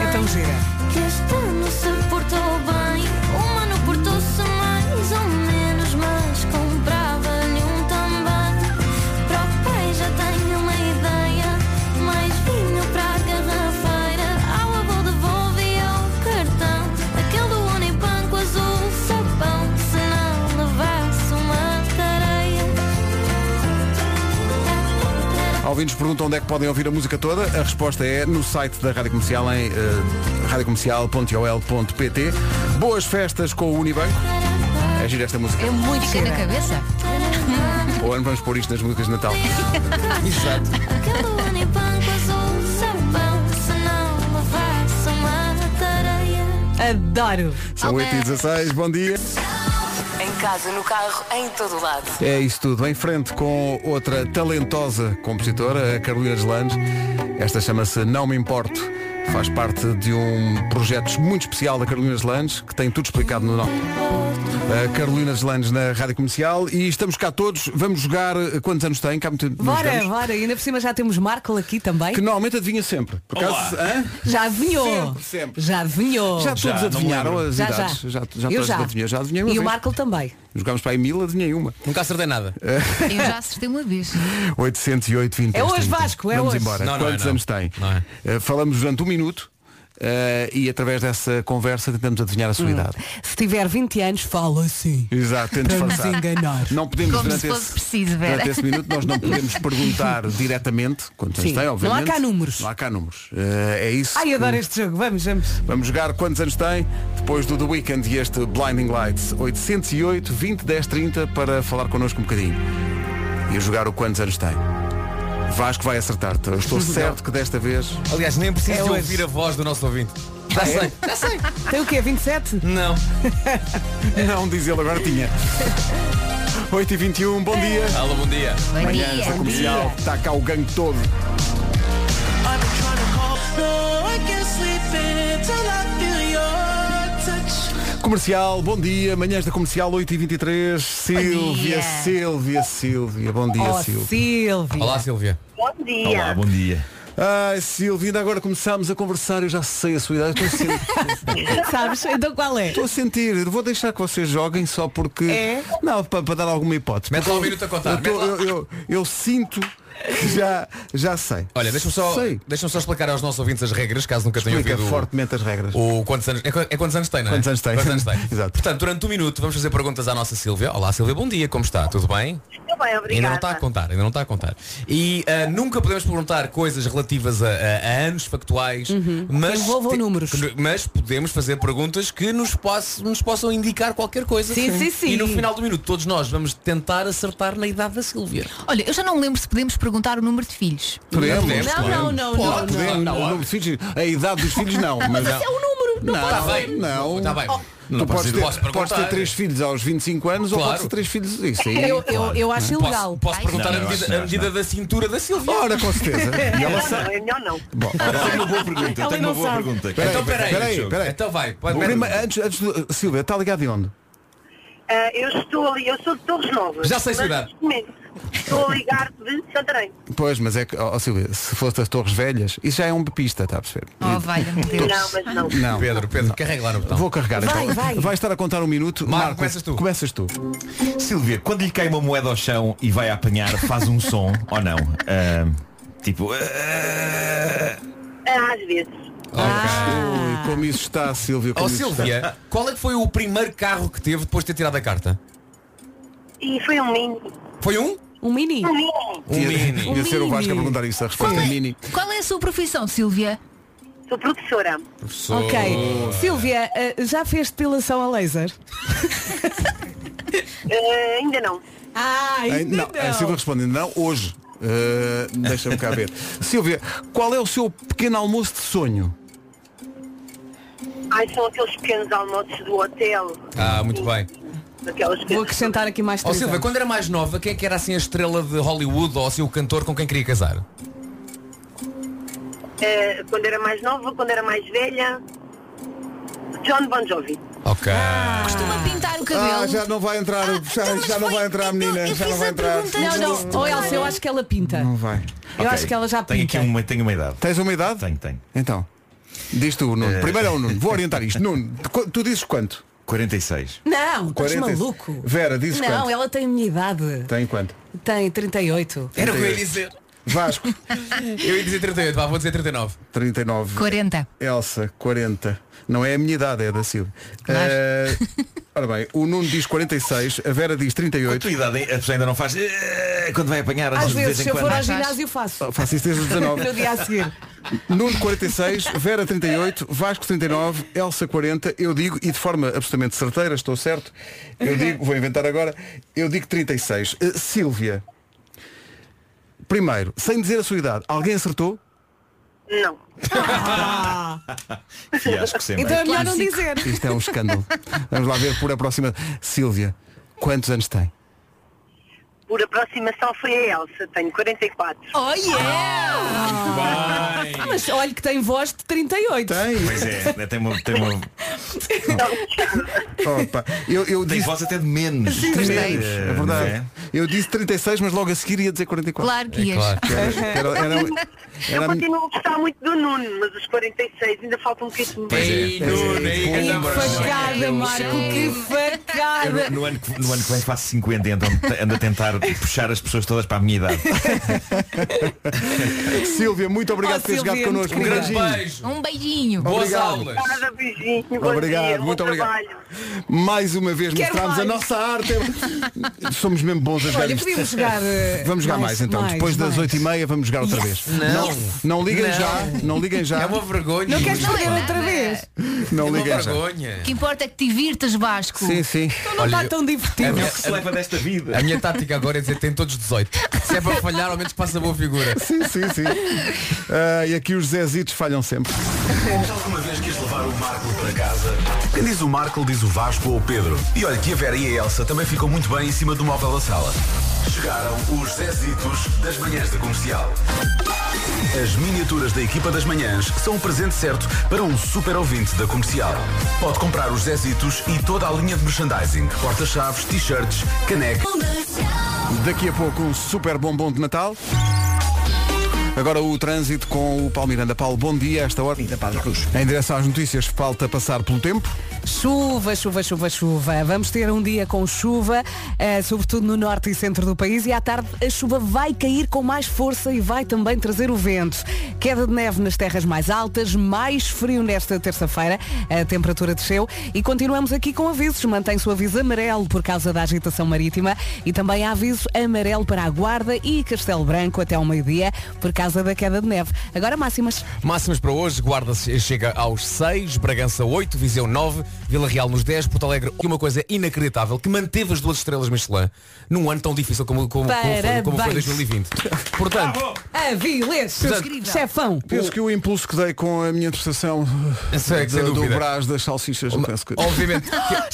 Speaker 5: É tão gira.
Speaker 2: Que este ano se portou bem Um ano portou-se mais ou menos Mas comprava-lhe um também Para o pai já tenho uma ideia Mais vinho para a garrafeira Ao avô devolvi ao cartão Aquele do Unibanco azul sapão Se não levasse uma tareia
Speaker 1: Ouvintes perguntam onde é que podem ouvir a música toda. A resposta é no site da Rádio Comercial em eh, radiocomercial.ol.pt. Boas festas com o Unibanco. É gira esta música.
Speaker 6: É muito Fica na cabeça.
Speaker 1: Ou ano vamos pôr isto nas músicas de Natal.
Speaker 11: Exato.
Speaker 2: Aquele Unibanco azul sabão Se não levasse uma tareia
Speaker 5: Adoro.
Speaker 1: São 8 e 16 bom dia.
Speaker 7: Em casa, no carro, em todo o lado.
Speaker 1: É isso tudo. Em frente com outra talentosa compositora, a Carolina Deslandes. Esta chama-se Não Me Importo. Faz parte de um projeto muito especial da Carolina Landes, que tem tudo explicado no nome. A Carolina Landes na Rádio Comercial e estamos cá todos. Vamos jogar eh, quantos anos tem? Cá muito não
Speaker 5: Bora,
Speaker 1: jogamos.
Speaker 5: bora. E ainda por cima já temos Marco aqui também.
Speaker 1: Que normalmente adivinha sempre. Por acaso, hã?
Speaker 5: Já adivinhou.
Speaker 1: Sempre, sempre.
Speaker 5: Já adivinhou.
Speaker 1: Já todos adivinharam as
Speaker 5: Oh. já,
Speaker 1: idades.
Speaker 5: Já,
Speaker 1: Já, já
Speaker 5: Eu
Speaker 1: todos
Speaker 5: já.
Speaker 1: adivinham. Já adivinhei uma
Speaker 5: E o
Speaker 1: vez.
Speaker 5: Marco também.
Speaker 1: Jogámos para aí mil, adivinhei uma. Eh,
Speaker 11: Nunca acertei nada.
Speaker 6: Eu já acertei uma vez.
Speaker 1: 808 20
Speaker 6: É hoje,
Speaker 1: 30.
Speaker 6: Vasco, é
Speaker 1: Vamos
Speaker 6: hoje.
Speaker 1: embora.
Speaker 6: Não, não,
Speaker 1: Quantos
Speaker 6: não. é.
Speaker 1: anos tem? Eh, falamos durante um minuto eh, e através dessa conversa tentamos adivinhar
Speaker 6: Hum.
Speaker 1: a sua idade.
Speaker 5: Se tiver 20 anos, fala assim.
Speaker 1: Exato, tento
Speaker 5: Para nos
Speaker 1: disfarçar.
Speaker 5: enganar.
Speaker 1: Não podemos
Speaker 5: Como
Speaker 1: durante
Speaker 5: se fosse
Speaker 1: esse,
Speaker 5: preciso, Vera.
Speaker 1: durante esse minuto nós não podemos perguntar diretamente quantos
Speaker 5: Sim.
Speaker 1: anos tem,
Speaker 5: Não há
Speaker 1: obviamente.
Speaker 5: cá números.
Speaker 1: Não há cá números. Eh, é isso.
Speaker 5: Ai, adoro
Speaker 1: que-
Speaker 5: este jogo. Vamos, vamos.
Speaker 1: Vamos jogar quantos anos tem depois do The Weekend e este Blinding Lights 808 20 10 30 para falar connosco um bocadinho e jogar o quantos anos tem. Vasco vai acertar, te eu estou certo que desta vez.
Speaker 11: Aliás, nem preciso
Speaker 1: É
Speaker 11: de
Speaker 1: hoje.
Speaker 11: ouvir a voz do nosso ouvinte.
Speaker 1: Ah,
Speaker 11: Já
Speaker 1: é?
Speaker 11: sei.
Speaker 5: Já sei. Tem o quê? 27?
Speaker 11: Não.
Speaker 1: Não, diz ele, agora tinha. 8 e 21 bom dia.
Speaker 11: Alô, bom dia.
Speaker 1: Bom Manhãs da comercial, está cá o gangue todo. Comercial, bom dia, manhãs da comercial 8h23, Silvia,
Speaker 12: dia.
Speaker 1: Silvia, Silvia, bom dia
Speaker 12: Oh,
Speaker 1: Silvia.
Speaker 5: Silvia.
Speaker 11: Olá, Silvia.
Speaker 12: Bom dia.
Speaker 1: dia. Ai Silvia, ainda agora começámos a conversar, eu já sei a sua idade, estou a sentir.
Speaker 5: Sabes? Então qual é?
Speaker 1: Estou a sentir, vou deixar que vocês joguem só porque.
Speaker 5: É?
Speaker 1: Não, para, para dar alguma hipótese.
Speaker 11: Mete lá um
Speaker 1: Porque eu-
Speaker 11: minuto a contar,
Speaker 1: Eu, tô-
Speaker 11: mete lá.
Speaker 1: eu- eu- eu sinto que já, já sei.
Speaker 11: Olha, deixa-me só,
Speaker 1: Sei.
Speaker 11: deixa só explicar aos nossos ouvintes as regras, caso nunca tenham
Speaker 1: Explica
Speaker 11: ouvido.
Speaker 1: fortemente as regras.
Speaker 11: O quantos anos, é, qu- é quantos anos tem, não é?
Speaker 1: Quantos anos tem?
Speaker 11: Exato. Portanto, durante um minuto vamos fazer perguntas à nossa Silvia. Olá Silvia, bom dia, como está? Tudo bem?
Speaker 12: Muito bem, obrigada.
Speaker 11: Ainda não está a contar, ainda não está a contar. E ah, nunca podemos perguntar coisas relativas a, a- a anos factuais,
Speaker 5: Uhum.
Speaker 11: mas
Speaker 5: Envolvam números.
Speaker 11: Mas podemos fazer perguntas que nos, poss- nos possam indicar qualquer coisa.
Speaker 6: Sim, sim, sim.
Speaker 11: E no final do minuto todos nós vamos tentar acertar na idade da Silvia.
Speaker 6: Olha, eu já não me lembro se podemos perguntar o número de filhos.
Speaker 1: Podemos,
Speaker 6: não,
Speaker 1: claro.
Speaker 6: não, não, não,
Speaker 1: Pode,
Speaker 6: não,
Speaker 1: podemos,
Speaker 6: não.
Speaker 1: o número de filhos- a idade dos filhos não.
Speaker 6: Mas esse é o número, não
Speaker 1: Não,
Speaker 6: pode
Speaker 1: tá
Speaker 6: ser.
Speaker 1: bem, não.
Speaker 6: Tá bem.
Speaker 1: Tu
Speaker 11: Não posso
Speaker 1: podes,
Speaker 11: ir-
Speaker 1: ter,
Speaker 11: posso
Speaker 1: podes
Speaker 11: perguntar. né?
Speaker 1: ter três filhos aos 25 anos ou
Speaker 11: Claro.
Speaker 1: podes ter três filhos. Isso aí.
Speaker 5: Eu- eu-
Speaker 1: claro,
Speaker 5: eu acho
Speaker 1: não é?
Speaker 11: Posso- Posso, perguntar
Speaker 1: Não,
Speaker 11: a
Speaker 1: eu acho
Speaker 11: medida,
Speaker 1: não,
Speaker 11: a medida da cintura da Silvia?
Speaker 1: Ora, com certeza. E ela
Speaker 11: sabe.
Speaker 1: sabe.
Speaker 12: É melhor não.
Speaker 1: Bom,
Speaker 11: uma boa pergunta,
Speaker 1: Ela tenho uma não boa sabe. pergunta. Peraí,
Speaker 11: Então peraí,
Speaker 1: peraí, peraí.
Speaker 11: Então vai,
Speaker 1: O
Speaker 11: pode
Speaker 1: prima- antes, antes do- Silvia, está ligado de onde?
Speaker 12: Ah, eu estou ali, eu sou de Torres Novas.
Speaker 1: Já sei a sua
Speaker 12: mas
Speaker 1: idade.
Speaker 12: neste momento Estou a ligar de Santarém.
Speaker 1: Pois, mas é que, ó, ó, Silvia, se fosse das Torres Velhas, isso já é uma pista, está a perceber?
Speaker 12: Oh, valha-me Deus. Não, mas não.
Speaker 11: Pedro, Pedro, carrega lá no botão.
Speaker 1: Vou carregar
Speaker 11: Vai,
Speaker 1: então.
Speaker 11: vai.
Speaker 1: estar a contar um minuto.
Speaker 11: Marco,
Speaker 1: Marco,
Speaker 11: começas tu.
Speaker 1: Começas tu.
Speaker 13: Silvia, quando lhe cai uma moeda ao chão e vai apanhar, faz um som ou não? Ah, tipo. ah,
Speaker 12: Ah, Às vezes.
Speaker 1: Ui, como isso está, Silvia.
Speaker 11: Ó
Speaker 1: como isso
Speaker 11: Silvia, qual é que foi o primeiro carro que teve depois de ter tirado a carta?
Speaker 12: E foi um mini.
Speaker 11: Foi um?
Speaker 5: Um mini.
Speaker 12: Um mini.
Speaker 11: Um
Speaker 1: Ia-
Speaker 11: mini.
Speaker 1: ia ser o Vasco a perguntar isso, a resposta é mini.
Speaker 6: Qual é a sua profissão, Silvia?
Speaker 12: Sou professora.
Speaker 5: Ok. Silvia, ah, já fez depilação a laser?
Speaker 12: Ah, ainda não.
Speaker 5: Ah,
Speaker 1: Ai, não, a Silvia responde, não, hoje. Eh, Deixa-me cá ver. Silvia, qual é o seu pequeno almoço de sonho?
Speaker 12: Ai, são aqueles pequenos almoços do hotel.
Speaker 11: Ah, muito bem.
Speaker 12: Aquelas que...
Speaker 5: Vou acrescentar aqui mais
Speaker 11: Ó
Speaker 5: três
Speaker 11: Silvia,
Speaker 5: anos.
Speaker 11: quando era mais nova, quem é que era assim a estrela de Hollywood ou assim o cantor com quem queria casar?
Speaker 12: ah, quando era mais nova, quando era mais velha. John Bon Jovi.
Speaker 11: Ok.
Speaker 5: Ah.
Speaker 6: Costuma pintar o cabelo.
Speaker 1: Ah, já não vai entrar,
Speaker 5: então,
Speaker 1: já, já não vai entrar é a menina, já não vai entrar.
Speaker 5: Não, não. Ou Elsa, eu acho que ela pinta. Não
Speaker 1: vai.
Speaker 5: Eu
Speaker 13: ok.
Speaker 5: acho que ela já
Speaker 13: tenho
Speaker 5: pinta.
Speaker 13: Aqui uma, tenho uma idade.
Speaker 1: Tens uma idade?
Speaker 13: Tenho, tenho.
Speaker 1: Então, diz tu, Nuno. Primeiro é o Nuno, vou orientar isto. Nuno, qu- tu dizes quanto?
Speaker 13: 46.
Speaker 5: Não, estás
Speaker 1: 40.
Speaker 5: maluco.
Speaker 1: Vera, dizes
Speaker 5: Não, é um-
Speaker 1: quanto?
Speaker 5: ela tem a minha idade.
Speaker 1: Tem quanto?
Speaker 5: Tem 38.
Speaker 11: Era o que eu ia dizer.
Speaker 1: Vasco.
Speaker 11: Eu ia dizer 38, vá, vou dizer 39.
Speaker 1: 39.
Speaker 6: 40.
Speaker 1: Elsa, 40. Não é a minha idade, é da Silvia. Eh, ora bem, o Nuno diz 46, a Vera diz 38. A tua
Speaker 13: idade, a pessoa ainda não faz. Quando vai apanhar,
Speaker 5: Às vezes, se eu for ao ginásio, faço.
Speaker 1: Faço isso desde os 19.
Speaker 5: No dia a seguir.
Speaker 1: Nuno 46, Vera 38, Vasco 39, Elsa 40, eu digo, e de forma absolutamente certeira, estou certo, eu digo, vou inventar agora, eu digo 36. Eh, Sílvia, primeiro, sem dizer a sua idade, alguém acertou?
Speaker 12: Não.
Speaker 13: Fiasco sempre.
Speaker 1: né?
Speaker 5: Então é melhor não dizer.
Speaker 1: Isto é um escândalo. Vamos lá ver por a próxima. Sílvia, quantos anos tem?
Speaker 12: por aproximação foi a Elsa, tenho 44.
Speaker 5: Oh
Speaker 1: Ah.
Speaker 5: yeah! Mas olha que tem voz de 38.
Speaker 13: Pois é, tem uma. Tem uma...
Speaker 1: Opa, eu, eu
Speaker 13: Tem voz até de menos.
Speaker 1: Sim,
Speaker 13: Menos,
Speaker 1: menos, é verdade.
Speaker 13: não é?
Speaker 1: Eu disse 36, mas logo a seguir ia dizer 44.
Speaker 6: Claro que
Speaker 1: É
Speaker 6: ias.
Speaker 1: claro que era- era- um- era-
Speaker 12: Eu
Speaker 1: era-
Speaker 12: continuo a gostar muito do Nuno, mas os 46 ainda falta um bocadinho.
Speaker 13: Pois é. Ei, Nuno, aí que andamos nós.
Speaker 5: Facada, Marco, que
Speaker 13: Eu
Speaker 5: facada.
Speaker 13: no, no ano que, no ano que vem faço 50 e ando, ando a tentar puxar as pessoas todas para a minha idade.
Speaker 1: Silvia, muito
Speaker 5: Oh,
Speaker 1: obrigado por teres jogado connosco. Um grande beijinho.
Speaker 6: Um beijinho.
Speaker 1: Boas Obrigado. aulas.
Speaker 12: Nada, beijinho, bom
Speaker 1: Obrigado,
Speaker 12: dia, bom
Speaker 1: muito obrigado.
Speaker 12: trabalho.
Speaker 1: Mais uma vez
Speaker 12: Quero
Speaker 1: mostramos a
Speaker 12: mais.
Speaker 1: nossa arte. Somos mesmo bons a jogar
Speaker 5: Olha,
Speaker 1: isto.
Speaker 5: podíamos jogar, eh,
Speaker 1: Vamos jogar mais,
Speaker 5: mais,
Speaker 1: então.
Speaker 5: mais,
Speaker 1: Depois das
Speaker 5: mais.
Speaker 1: 8h30 vamos jogar outra
Speaker 5: Yes.
Speaker 1: vez.
Speaker 5: Não.
Speaker 1: não liguem
Speaker 5: Não.
Speaker 1: já. Não liguem já.
Speaker 5: É uma
Speaker 11: vergonha.
Speaker 5: Não é. queres perder outra vez?
Speaker 1: Não
Speaker 11: É uma
Speaker 1: liguem já.
Speaker 11: vergonha.
Speaker 6: O que importa é que te divirtas, Vasco.
Speaker 1: Sim, sim.
Speaker 6: Então
Speaker 11: não Olha, tá eu- tão
Speaker 5: divertido.
Speaker 11: É o que se leva
Speaker 13: desta vida.
Speaker 11: A minha tática agora é dizer tem todos 18. Se é para falhar, ao menos passa boa figura.
Speaker 1: Sim, sim, sim. Ah, e aqui os Zezitos falham sempre.
Speaker 14: Alguma É vez quis levar o Marco para casa? Quem diz o Marco diz o Vasco ou o Pedro. E olha que a Vera e a Elsa também ficam muito bem em cima do móvel da sala. Chegaram os Zezitos das manhãs da comercial. As miniaturas da equipa das manhãs são o presente certo para um super ouvinte da comercial. Pode comprar os Zezitos e toda a linha de merchandising: porta-chaves, t-shirts, canecas.
Speaker 1: Daqui a pouco um super bombom de Natal. Agora o trânsito com o Paulo Miranda. Paulo, bom dia a esta hora. Em direção às notícias, falta passar pelo tempo.
Speaker 5: Chuva, chuva, chuva, chuva. Vamos ter um dia com chuva, eh, sobretudo no norte e centro do país, e à tarde a chuva vai cair com mais força e vai também trazer o vento. Queda de neve nas terras mais altas, mais frio nesta terça-feira, a temperatura desceu e continuamos aqui com avisos. Mantém-se o aviso amarelo por causa da agitação marítima e também há aviso amarelo para a Guarda e Castelo Branco até ao meio-dia por causa da queda de neve. Agora máximas.
Speaker 11: Máximas para hoje, Guarda chega aos 6, Bragança 8, Viseu 9, Vila Real nos 10, Porto Alegre. E uma coisa inacreditável, que manteve as duas estrelas Michelin num ano tão difícil como, como, como, foi, como foi
Speaker 5: Parabéns.
Speaker 11: 2020. Portanto,
Speaker 5: Avilés,
Speaker 11: Portanto,
Speaker 5: chefão.
Speaker 1: Ah, Penso que o impulso que dei com a minha interpretação
Speaker 11: Sei, sem
Speaker 1: do, do
Speaker 11: dúvida.
Speaker 1: brás das salsichas, não penso que...
Speaker 11: Obviamente.
Speaker 5: Ah,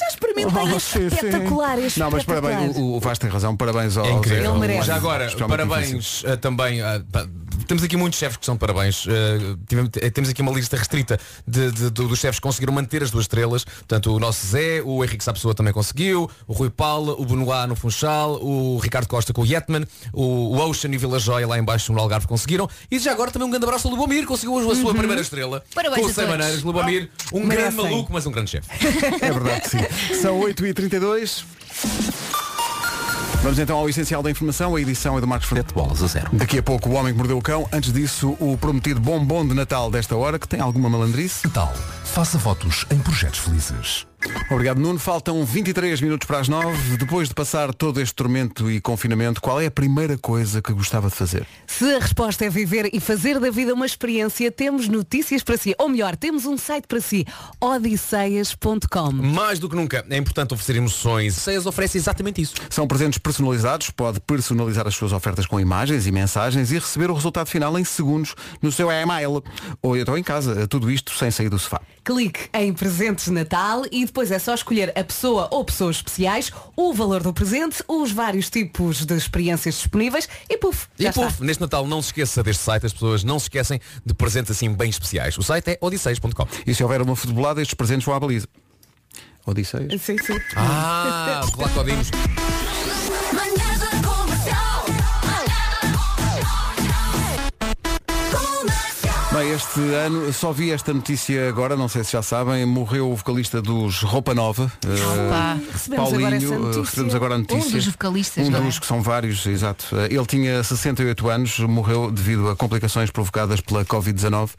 Speaker 5: Já experimentei, é
Speaker 1: Oh, sim, sim.
Speaker 5: espetacular, é
Speaker 1: Não, mas
Speaker 5: espetacular.
Speaker 1: parabéns, o, o Vasco tem razão, parabéns ao
Speaker 11: É incrível.
Speaker 1: Zé.
Speaker 11: Já agora,
Speaker 1: Isto é muito difícil.
Speaker 11: parabéns eh, também. ah, pá, temos aqui muitos chefes que são de parabéns. Eh, tivemos- eh, temos aqui uma lista restrita de, de- do- dos chefes que conseguiram manter as duas estrelas. Portanto, o nosso Zé, o Henrique Sapessoa também conseguiu, o Rui Paula, o Benoit no Funchal, o Ricardo Costa com o Yetman, o, o Ocean e Vila Joia lá embaixo no Algarve conseguiram. E já agora também um grande abraço ao Lubomir, conseguiu hoje a sua
Speaker 10: Uhum.
Speaker 11: primeira estrela.
Speaker 10: Parabéns
Speaker 11: com
Speaker 10: a
Speaker 11: o 100
Speaker 10: todos.
Speaker 11: maneiras, Lubomir, um grande
Speaker 10: Merecem.
Speaker 11: maluco, mas um grande chefe.
Speaker 1: É verdade que sim. São 8h32. Vamos então ao essencial da informação. A edição é do Marcos Fernandes.
Speaker 10: bolas a zero.
Speaker 1: Daqui a pouco o homem que mordeu o cão. Antes disso, o prometido bombom de Natal desta hora, que tem alguma malandrice.
Speaker 14: Natal. Faça votos em projetos felizes.
Speaker 1: Obrigado, Nuno. Faltam 23 minutos para as 9. Depois de passar todo este tormento e confinamento, qual é a primeira coisa que gostava de fazer?
Speaker 5: Se a resposta é viver e fazer da vida uma experiência, temos notícias para si. Ou melhor, temos um site para si, odisseias.com.
Speaker 11: Mais do que nunca, é importante oferecer emoções. Seias oferece exatamente isso.
Speaker 1: São presentes personalizados, pode personalizar as suas ofertas com imagens e mensagens e receber o resultado final em segundos no seu e-mail. Ou então em casa, tudo isto sem sair do sofá.
Speaker 5: Clique em presentes de Natal e depois é só escolher a pessoa ou pessoas especiais, o valor do presente, os vários tipos de experiências disponíveis e puf, já
Speaker 11: E
Speaker 5: está.
Speaker 11: puf, neste Natal não se esqueça deste site, as pessoas não se esquecem de presentes assim bem especiais. O site é odisseis.com.
Speaker 1: E se houver uma futebolada, estes presentes vão à baliza. Odisseias.
Speaker 5: Sim, sim.
Speaker 11: Ah, lá codimos.
Speaker 1: Bem, este ano, só vi esta notícia agora, não sei se já sabem, morreu o vocalista dos Roupa Nova. eh,
Speaker 6: Ah, Pá.
Speaker 5: Recebemos
Speaker 1: Paulinho,
Speaker 5: agora essa
Speaker 1: eh,
Speaker 5: notícia.
Speaker 1: recebemos agora a notícia.
Speaker 6: Um dos vocalistas,
Speaker 1: Um
Speaker 6: não é?
Speaker 1: dos que são vários, exato. Eh, Ele tinha 68 anos, morreu devido a complicações provocadas pela Covid-19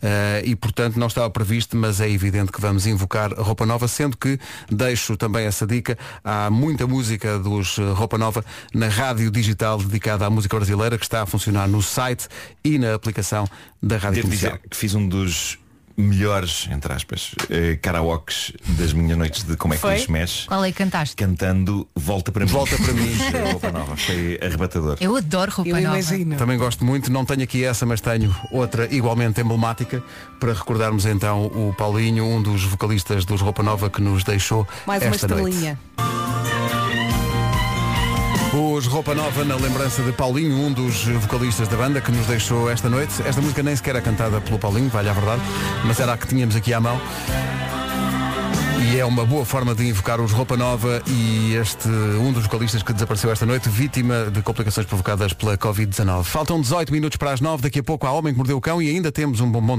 Speaker 1: eh, e, portanto, não estava previsto, mas é evidente que vamos invocar Roupa Nova, sendo que deixo também essa dica. Há muita música dos eh, Roupa Nova na rádio digital dedicada à música brasileira que está a funcionar no site e na aplicação da rádio
Speaker 13: Devo
Speaker 1: comercial.
Speaker 13: dizer que fiz um dos melhores, entre aspas, eh, karaokes das minhas noites de como é que
Speaker 6: Foi?
Speaker 13: nos mexe,
Speaker 6: Qual é que cantaste?
Speaker 13: cantando Volta para mim.
Speaker 1: Volta para mim.
Speaker 13: Eh, Roupa nova. Foi arrebatador.
Speaker 6: Eu adoro roupa nova.
Speaker 1: Também gosto muito, não tenho aqui essa, mas tenho outra igualmente emblemática para recordarmos então o Paulinho, um dos vocalistas dos Roupa Nova que nos deixou
Speaker 5: Mais uma
Speaker 1: esta noite.
Speaker 5: estrelinha.
Speaker 1: Os Roupa Nova na lembrança de Paulinho, um dos vocalistas da banda que nos deixou esta noite. Esta música nem sequer é cantada pelo Paulinho, vale a verdade, mas era a que tínhamos aqui à mão. E é uma boa forma de invocar os Roupa Nova e este um dos vocalistas que desapareceu esta noite, vítima de complicações provocadas pela Covid-19. Faltam 18 minutos para as 9, daqui a pouco há Homem que Mordeu o Cão e ainda temos um bombom.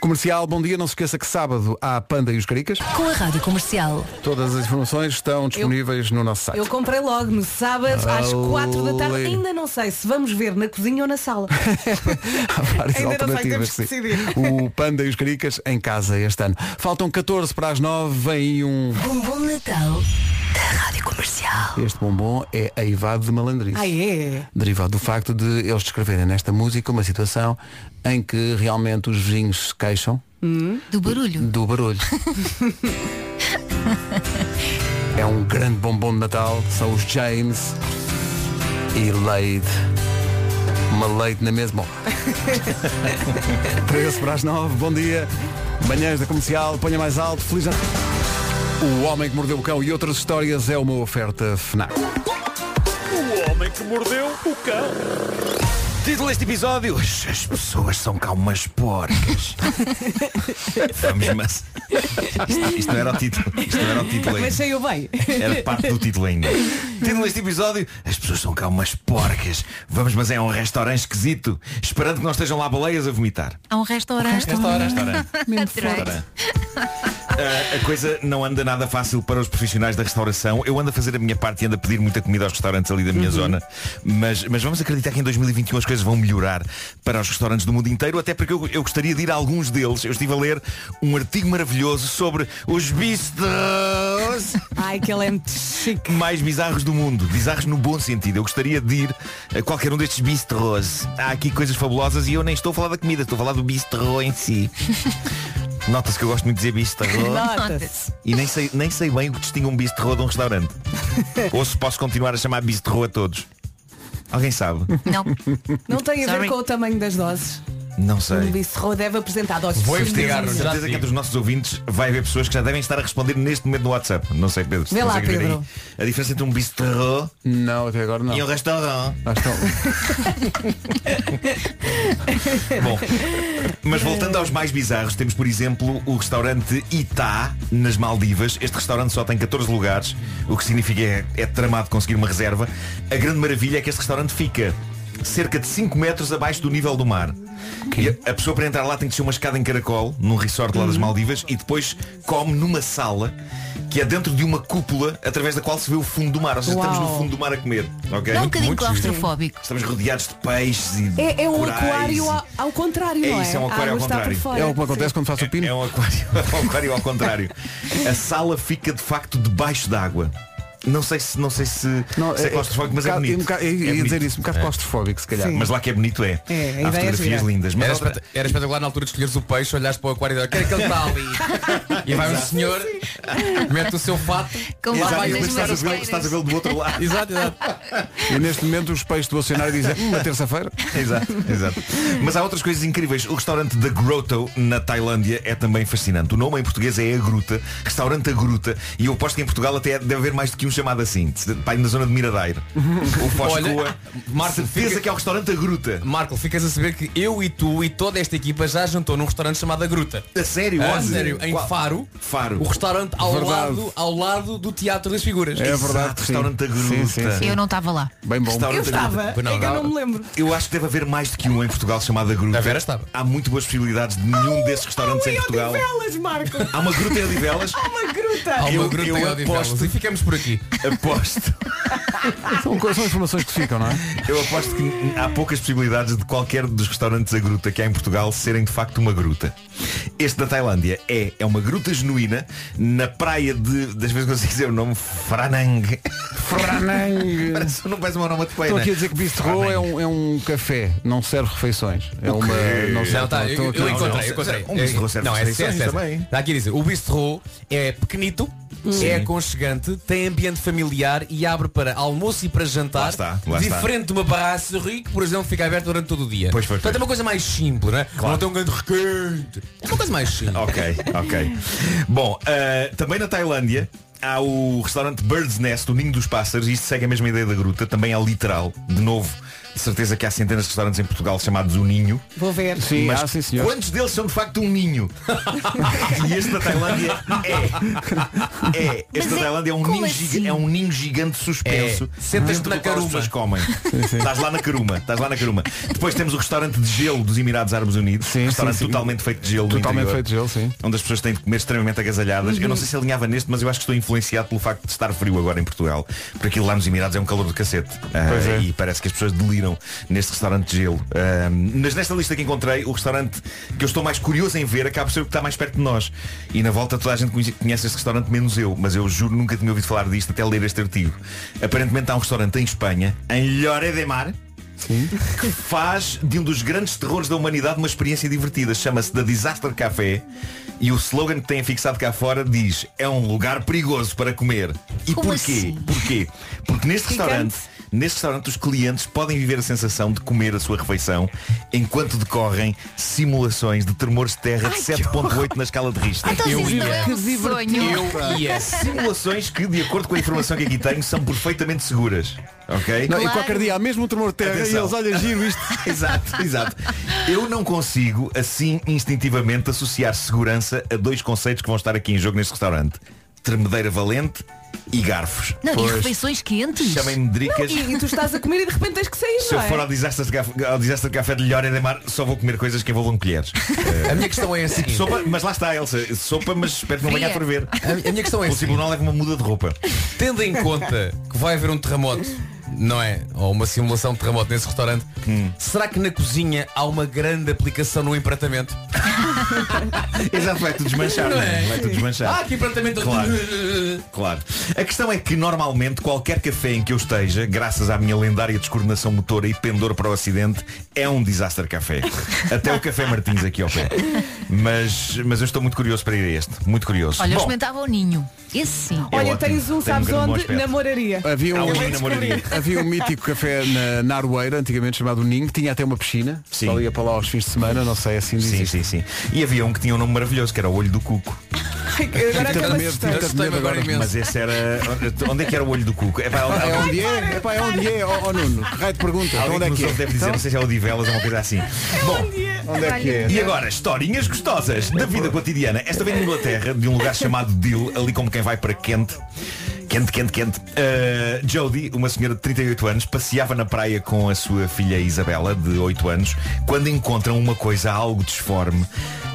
Speaker 1: Comercial, bom dia, não se esqueça que sábado há a Panda e os Caricas.
Speaker 6: Com a Rádio Comercial.
Speaker 1: Todas as informações estão disponíveis no nosso site.
Speaker 5: Eu comprei logo no sábado às
Speaker 1: Ali.
Speaker 5: 4 da tarde. Ainda não sei se vamos ver na cozinha ou na sala.
Speaker 1: várias
Speaker 5: Ainda não sei,
Speaker 1: alternativas.
Speaker 5: temos que
Speaker 1: sim.
Speaker 5: decidir.
Speaker 1: O Panda e os Caricas em casa este ano. Faltam 14 para as 9, vem aí um.
Speaker 6: Bom Natal da Rádio Comercial.
Speaker 1: Este bombom é aivado de malandrice.
Speaker 5: Ah, é?
Speaker 1: Derivado do facto de eles descreverem nesta música uma situação em que realmente os vizinhos se queixam
Speaker 6: Do barulho.
Speaker 1: do barulho. é um grande bombom de Natal. São os James e Leite. Uma leite na mesma. 13 para as 9, bom dia. Manhãs da comercial, ponha mais alto, feliz ano. O Homem que Mordeu o Cão e outras histórias é uma oferta FNAC.
Speaker 13: O homem que mordeu o cão. Título deste episódio: As pessoas são cá umas porcas. Vamos, mas. Isto, isto não era o título. Isto não era o título
Speaker 5: Mas
Speaker 13: ainda.
Speaker 5: saiu bem.
Speaker 13: Era parte do título ainda. Título deste episódio: As pessoas são cá umas porcas. Vamos, mas é um restaurante esquisito. Esperando que não estejam lá baleias a vomitar.
Speaker 6: Há um restaurante.
Speaker 13: Restaurante. Restaurante. Ah, a coisa não anda nada fácil para os profissionais da restauração. Eu ando a fazer a minha parte e ando a pedir muita comida aos restaurantes ali da minha zona. Mas, mas vamos acreditar que em 2021 as coisas vão melhorar para os restaurantes do mundo inteiro, até porque eu, eu gostaria de ir a alguns deles. Eu estive a ler um artigo maravilhoso sobre os bistros
Speaker 5: Ai, que ele é muito chique.
Speaker 13: mais bizarros do mundo. Bizarros no bom sentido. Eu gostaria de ir a qualquer um destes bistros. Há aqui coisas fabulosas e eu nem estou a falar da comida, estou a falar do bistrô em si. Nota-se que eu gosto muito de dizer bistrô.
Speaker 5: Nota-se.
Speaker 13: E nem sei, nem sei bem o que distingue um bistrô de um restaurante. Ou se posso continuar a chamar bistrô a todos. Alguém sabe?
Speaker 6: Não.
Speaker 5: Não tem a ver
Speaker 13: Sorry.
Speaker 5: com o tamanho das doses.
Speaker 13: Não
Speaker 5: Um
Speaker 13: sei.
Speaker 5: bicerro deve apresentar doses.
Speaker 13: Com
Speaker 5: pequeninas.
Speaker 13: certeza, certeza que entre os nossos ouvintes vai haver pessoas que já devem estar a responder neste momento no WhatsApp. Não sei, Pedro. se
Speaker 5: Vê lá,
Speaker 13: consegues ver
Speaker 5: Pedro.
Speaker 13: aí. A diferença entre um bistrô
Speaker 1: não, até agora não.
Speaker 13: e um restaurante. Bom, mas voltando aos mais bizarros, temos por exemplo o restaurante Itá, nas Maldivas. Este restaurante só tem 14 lugares, o que significa é, é tramado conseguir uma reserva. A grande maravilha é que este restaurante fica cerca de 5 metros abaixo do nível do mar. E a- a pessoa para entrar lá tem que ser uma escada em caracol, num resort lá das Maldivas, e depois come numa sala que é dentro de uma cúpula através da qual se vê o fundo do mar. Ou seja, estamos
Speaker 5: Uau.
Speaker 13: no fundo do mar a comer. ok?
Speaker 6: É um bocadinho claustrofóbico.
Speaker 13: Estamos rodeados de peixes e de
Speaker 5: É, é um
Speaker 13: corais
Speaker 5: aquário
Speaker 13: e-
Speaker 5: ao, ao contrário, não
Speaker 13: É
Speaker 5: é?
Speaker 13: isso, é um
Speaker 5: A
Speaker 13: aquário ao
Speaker 5: água está por
Speaker 13: contrário.
Speaker 5: fora.
Speaker 1: quando faço o pino.
Speaker 13: É, um aquário, é um aquário ao contrário. A sala fica de facto debaixo d'água. Não sei se, não sei se, se é, claustrofóbico, mas é bonito.
Speaker 1: Eu
Speaker 13: É
Speaker 1: um ia
Speaker 13: bonito.
Speaker 1: dizer isso, um bocado
Speaker 13: É.
Speaker 1: claustrofóbico, se calhar.
Speaker 13: Sim. Mas lá que é bonito é.
Speaker 1: É, a
Speaker 13: Há
Speaker 1: ideia é
Speaker 13: fotografias
Speaker 1: gira.
Speaker 13: lindas. Mas
Speaker 11: Era,
Speaker 13: outra-
Speaker 11: espet- era espetacular na altura de escolheres o peixe, olhares para o aquário e dizer, quero aquele que está ali. E vai um
Speaker 13: Exato.
Speaker 11: senhor, mete o seu fato,
Speaker 6: Com
Speaker 11: lá
Speaker 6: várias
Speaker 11: vai
Speaker 6: nas
Speaker 11: ele.
Speaker 6: Estás a vê-lo- maneiras. estás a
Speaker 13: vê-lo do outro lado.
Speaker 11: Exato, exato.
Speaker 1: E neste momento os peixes do Bolsonaro dizem, hum, uma terça-feira.
Speaker 13: Exato, exato. Mas há outras coisas incríveis. O restaurante da Grotto, na Tailândia, é também fascinante. O nome em português é A Gruta, Restaurante A Gruta. E eu aposto que em Portugal até deve haver mais do que um chamado assim. Pai, na zona de Miradeiro. O Foscoa.
Speaker 11: Olha, Marco,
Speaker 13: certeza
Speaker 11: fica-
Speaker 13: que é o restaurante A Gruta.
Speaker 11: Marco, ficas a saber que eu e tu e toda esta equipa já jantou num restaurante chamado A Gruta.
Speaker 13: A sério?
Speaker 11: A
Speaker 13: Onde?
Speaker 11: Ah, sério, em
Speaker 13: Qual?
Speaker 11: Faro.
Speaker 13: Faro.
Speaker 11: O restaurante ao
Speaker 13: Verdade.
Speaker 11: lado, ao lado do Teatro das Figuras.
Speaker 13: É verdade, Exato, sim. restaurante A Gruta. Sim, sim, sim.
Speaker 6: Eu não estava lá.
Speaker 1: Bem bom.
Speaker 13: Restaurante
Speaker 6: Eu
Speaker 13: da Gruta.
Speaker 6: estava,
Speaker 13: Pois
Speaker 6: é que eu
Speaker 13: estava.
Speaker 6: não me lembro.
Speaker 13: Eu acho que deve haver mais do que um em Portugal chamado A Gruta.
Speaker 11: A Vera estava.
Speaker 13: Há muito boas possibilidades de nenhum desses restaurantes em Portugal.
Speaker 5: Velas, Marco.
Speaker 13: Há uma gruta em Odivelas.
Speaker 5: Há uma gruta.
Speaker 11: Há uma
Speaker 13: Eu-
Speaker 11: gruta
Speaker 13: eu
Speaker 11: em Odivelas.
Speaker 13: aposto-
Speaker 11: E ficamos por aqui.
Speaker 13: Aposto.
Speaker 1: São, co- são informações que ficam, não é?
Speaker 13: Eu aposto que há poucas possibilidades de qualquer dos restaurantes a gruta que há em Portugal serem de facto uma gruta. Este da Tailândia é, é uma gruta genuína na praia de, das vezes que eu sei dizer o nome, Franang.
Speaker 1: Franang.
Speaker 13: Parece, não parece o meu nome de
Speaker 1: Estou aqui a dizer que bistrô é um, é um café, não serve refeições. É
Speaker 13: O
Speaker 1: uma.
Speaker 13: quê?
Speaker 1: Não serve.
Speaker 11: Não, tá, eu,
Speaker 1: estou aqui
Speaker 11: eu
Speaker 1: a-
Speaker 11: encontrei, eu encontrei.
Speaker 13: Um bistrô serve
Speaker 11: É, Não, era isso,
Speaker 13: refeições
Speaker 11: era isso.
Speaker 13: também.
Speaker 11: Está aqui a dizer, o bistrô é pequenito,
Speaker 13: Sim.
Speaker 11: é aconchegante, tem ambiente familiar e abre para almoço e para jantar.
Speaker 13: lá está.
Speaker 11: diferente de uma barraçaria que, por exemplo, fica aberta durante todo o dia. Pois, pois, Portanto, é uma coisa mais simples, não é? Não tem um grande requinte. É uma coisa mais simples.
Speaker 13: Ok, ok. Bom, ah, também eh, na Tailândia há o restaurante Bird's Nest, o ninho dos pássaros, e isto segue a mesma ideia da gruta, também é literal, de novo. De certeza que há centenas de restaurantes em Portugal chamados o Ninho.
Speaker 5: Vou ver.
Speaker 1: Sim, há, sim, senhor.
Speaker 13: Quantos deles são de facto um ninho? e este da Tailândia é. É. Este da Tailândia é um, ninho giga- é um ninho gigante suspenso.
Speaker 11: É.
Speaker 13: dentro
Speaker 11: Sentas-te na
Speaker 13: do qual as
Speaker 11: caruma.
Speaker 13: pessoas comem. Estás lá na caruma. Estás lá na caruma. Depois temos o restaurante de gelo dos Emirados Árabes Unidos. restaurante
Speaker 1: sim, sim.
Speaker 13: totalmente feito de gelo. do
Speaker 1: Totalmente
Speaker 13: interior
Speaker 1: feito de gelo, sim.
Speaker 13: É onde as pessoas têm de comer extremamente agasalhadas. Eu não
Speaker 1: Uhum.
Speaker 13: sei se alinhava neste, mas eu acho que estou influenciado pelo facto de estar frio agora em Portugal. Porque aquilo lá nos Emirados é um calor do cacete. Ah,
Speaker 1: Pois é.
Speaker 13: E parece que as pessoas deliram neste restaurante de gelo. Ah, mas nesta lista que encontrei, o restaurante que eu estou mais curioso em ver acaba por ser o que está mais perto de nós. E na volta toda a gente conhece- conhece este restaurante, menos eu. Mas eu juro nunca tinha ouvido falar disto até ler este artigo. Aparentemente há um restaurante em Espanha, em Llore de Mar. Que faz de um dos grandes terrores da humanidade uma experiência divertida. Chama-se The Disaster Café e o slogan que têm fixado cá fora diz é um lugar perigoso para comer. E
Speaker 15: Como
Speaker 13: porquê?
Speaker 15: assim?
Speaker 13: Porquê? Porque neste
Speaker 15: Picante.
Speaker 13: restaurante, neste restaurante os clientes podem viver a sensação de comer a sua refeição enquanto decorrem simulações de tremores de terra de 7.8 na escala de Richter.
Speaker 6: Então, se isso não é um sonho.
Speaker 13: Eu ia. Simulações que, de acordo com a informação que aqui tenho, são perfeitamente seguras. Ok?
Speaker 1: Não, E qualquer dia há mesmo um tremor de terra e
Speaker 13: Atenção.
Speaker 1: eles olham giro isto.
Speaker 13: exato, exato. Eu não consigo, assim, instintivamente, associar segurança a dois conceitos que vão estar aqui em jogo neste restaurante. Tremedeira valente e garfos.
Speaker 6: Não, e
Speaker 13: Pois.
Speaker 6: refeições quentes.
Speaker 13: Chamem-me
Speaker 5: Não,
Speaker 13: dricas.
Speaker 5: e, e tu estás a comer e de repente tens que sair,
Speaker 13: Se eu
Speaker 5: não
Speaker 13: for ao
Speaker 5: é?
Speaker 13: desastre de café, ao desastre de café de Llora de Mar, só vou comer coisas que envolvam colheres. Eh,
Speaker 11: A minha questão é a seguinte.
Speaker 13: Sopa, mas lá está, Elsa. Sopa, mas espero que não venha a
Speaker 11: Fria.
Speaker 13: ferver.
Speaker 11: A- a minha questão é a
Speaker 13: O tribunal leva uma muda de roupa.
Speaker 11: Tendo em conta que vai haver um terremoto, não é? Ou uma simulação de terremoto nesse restaurante,
Speaker 1: Hum.
Speaker 11: será que na cozinha há uma grande aplicação no empratamento?
Speaker 13: Exato, vai tudo desmanchar,
Speaker 11: Não
Speaker 13: não é?
Speaker 11: é?
Speaker 13: Vai tudo desmanchar.
Speaker 11: Ah, que empratamento-
Speaker 13: Claro. Claro. A questão é que normalmente qualquer café em que eu esteja, graças à minha lendária descoordenação motora e pendor para o acidente, é um desastre café. Até o Café Martins aqui ao pé. Mas, mas eu estou muito curioso para ir a este. Muito curioso.
Speaker 6: Olha, eu
Speaker 13: Bom,
Speaker 6: experimentava o ninho. Esse sim.
Speaker 13: É Olha, ótimo. tens um, Tem um sabes grande bom onde? aspecto. Na
Speaker 5: moraria.
Speaker 1: Havia
Speaker 13: Há
Speaker 1: um,
Speaker 13: um ninho na moraria.
Speaker 1: havia um mítico café na, na Aroeira, antigamente chamado Ninho, que tinha até uma piscina.
Speaker 13: Sim.
Speaker 1: Só ia para lá aos fins de semana, não sei, assim
Speaker 13: sim, sim, sim. E havia um que tinha um nome maravilhoso, que era o Olho do Cuco.
Speaker 1: Agora
Speaker 13: Tive
Speaker 1: é
Speaker 13: tanto
Speaker 1: acabei de
Speaker 13: medo,
Speaker 1: assustar.
Speaker 13: tive tanto
Speaker 1: Assustei-me
Speaker 13: medo
Speaker 1: agora
Speaker 13: agora.
Speaker 1: imenso.
Speaker 13: Mas esse era. Onde é que era o olho do cuco? É pá,
Speaker 1: Ah, é
Speaker 13: alguém-
Speaker 1: onde é? É pá, é onde é? Ó ó, Nuno, que raio de pergunta?
Speaker 13: Alguém
Speaker 1: onde é
Speaker 13: que
Speaker 1: que
Speaker 13: nos
Speaker 1: é?
Speaker 13: ouve deve dizer,
Speaker 1: Então,
Speaker 13: não sei se é o de velas ou uma coisa assim.
Speaker 1: é
Speaker 13: Bom,
Speaker 1: Onde um é que é?
Speaker 13: E agora, historinhas gostosas da vida cotidiana. Esta vem de Inglaterra, de um lugar chamado Dill, ali como quem vai para quente. Quente, quente, quente. Uh, Jodie, uma senhora de 38 anos, passeava na praia com a sua filha Isabela, de 8 anos, quando encontram uma coisa algo disforme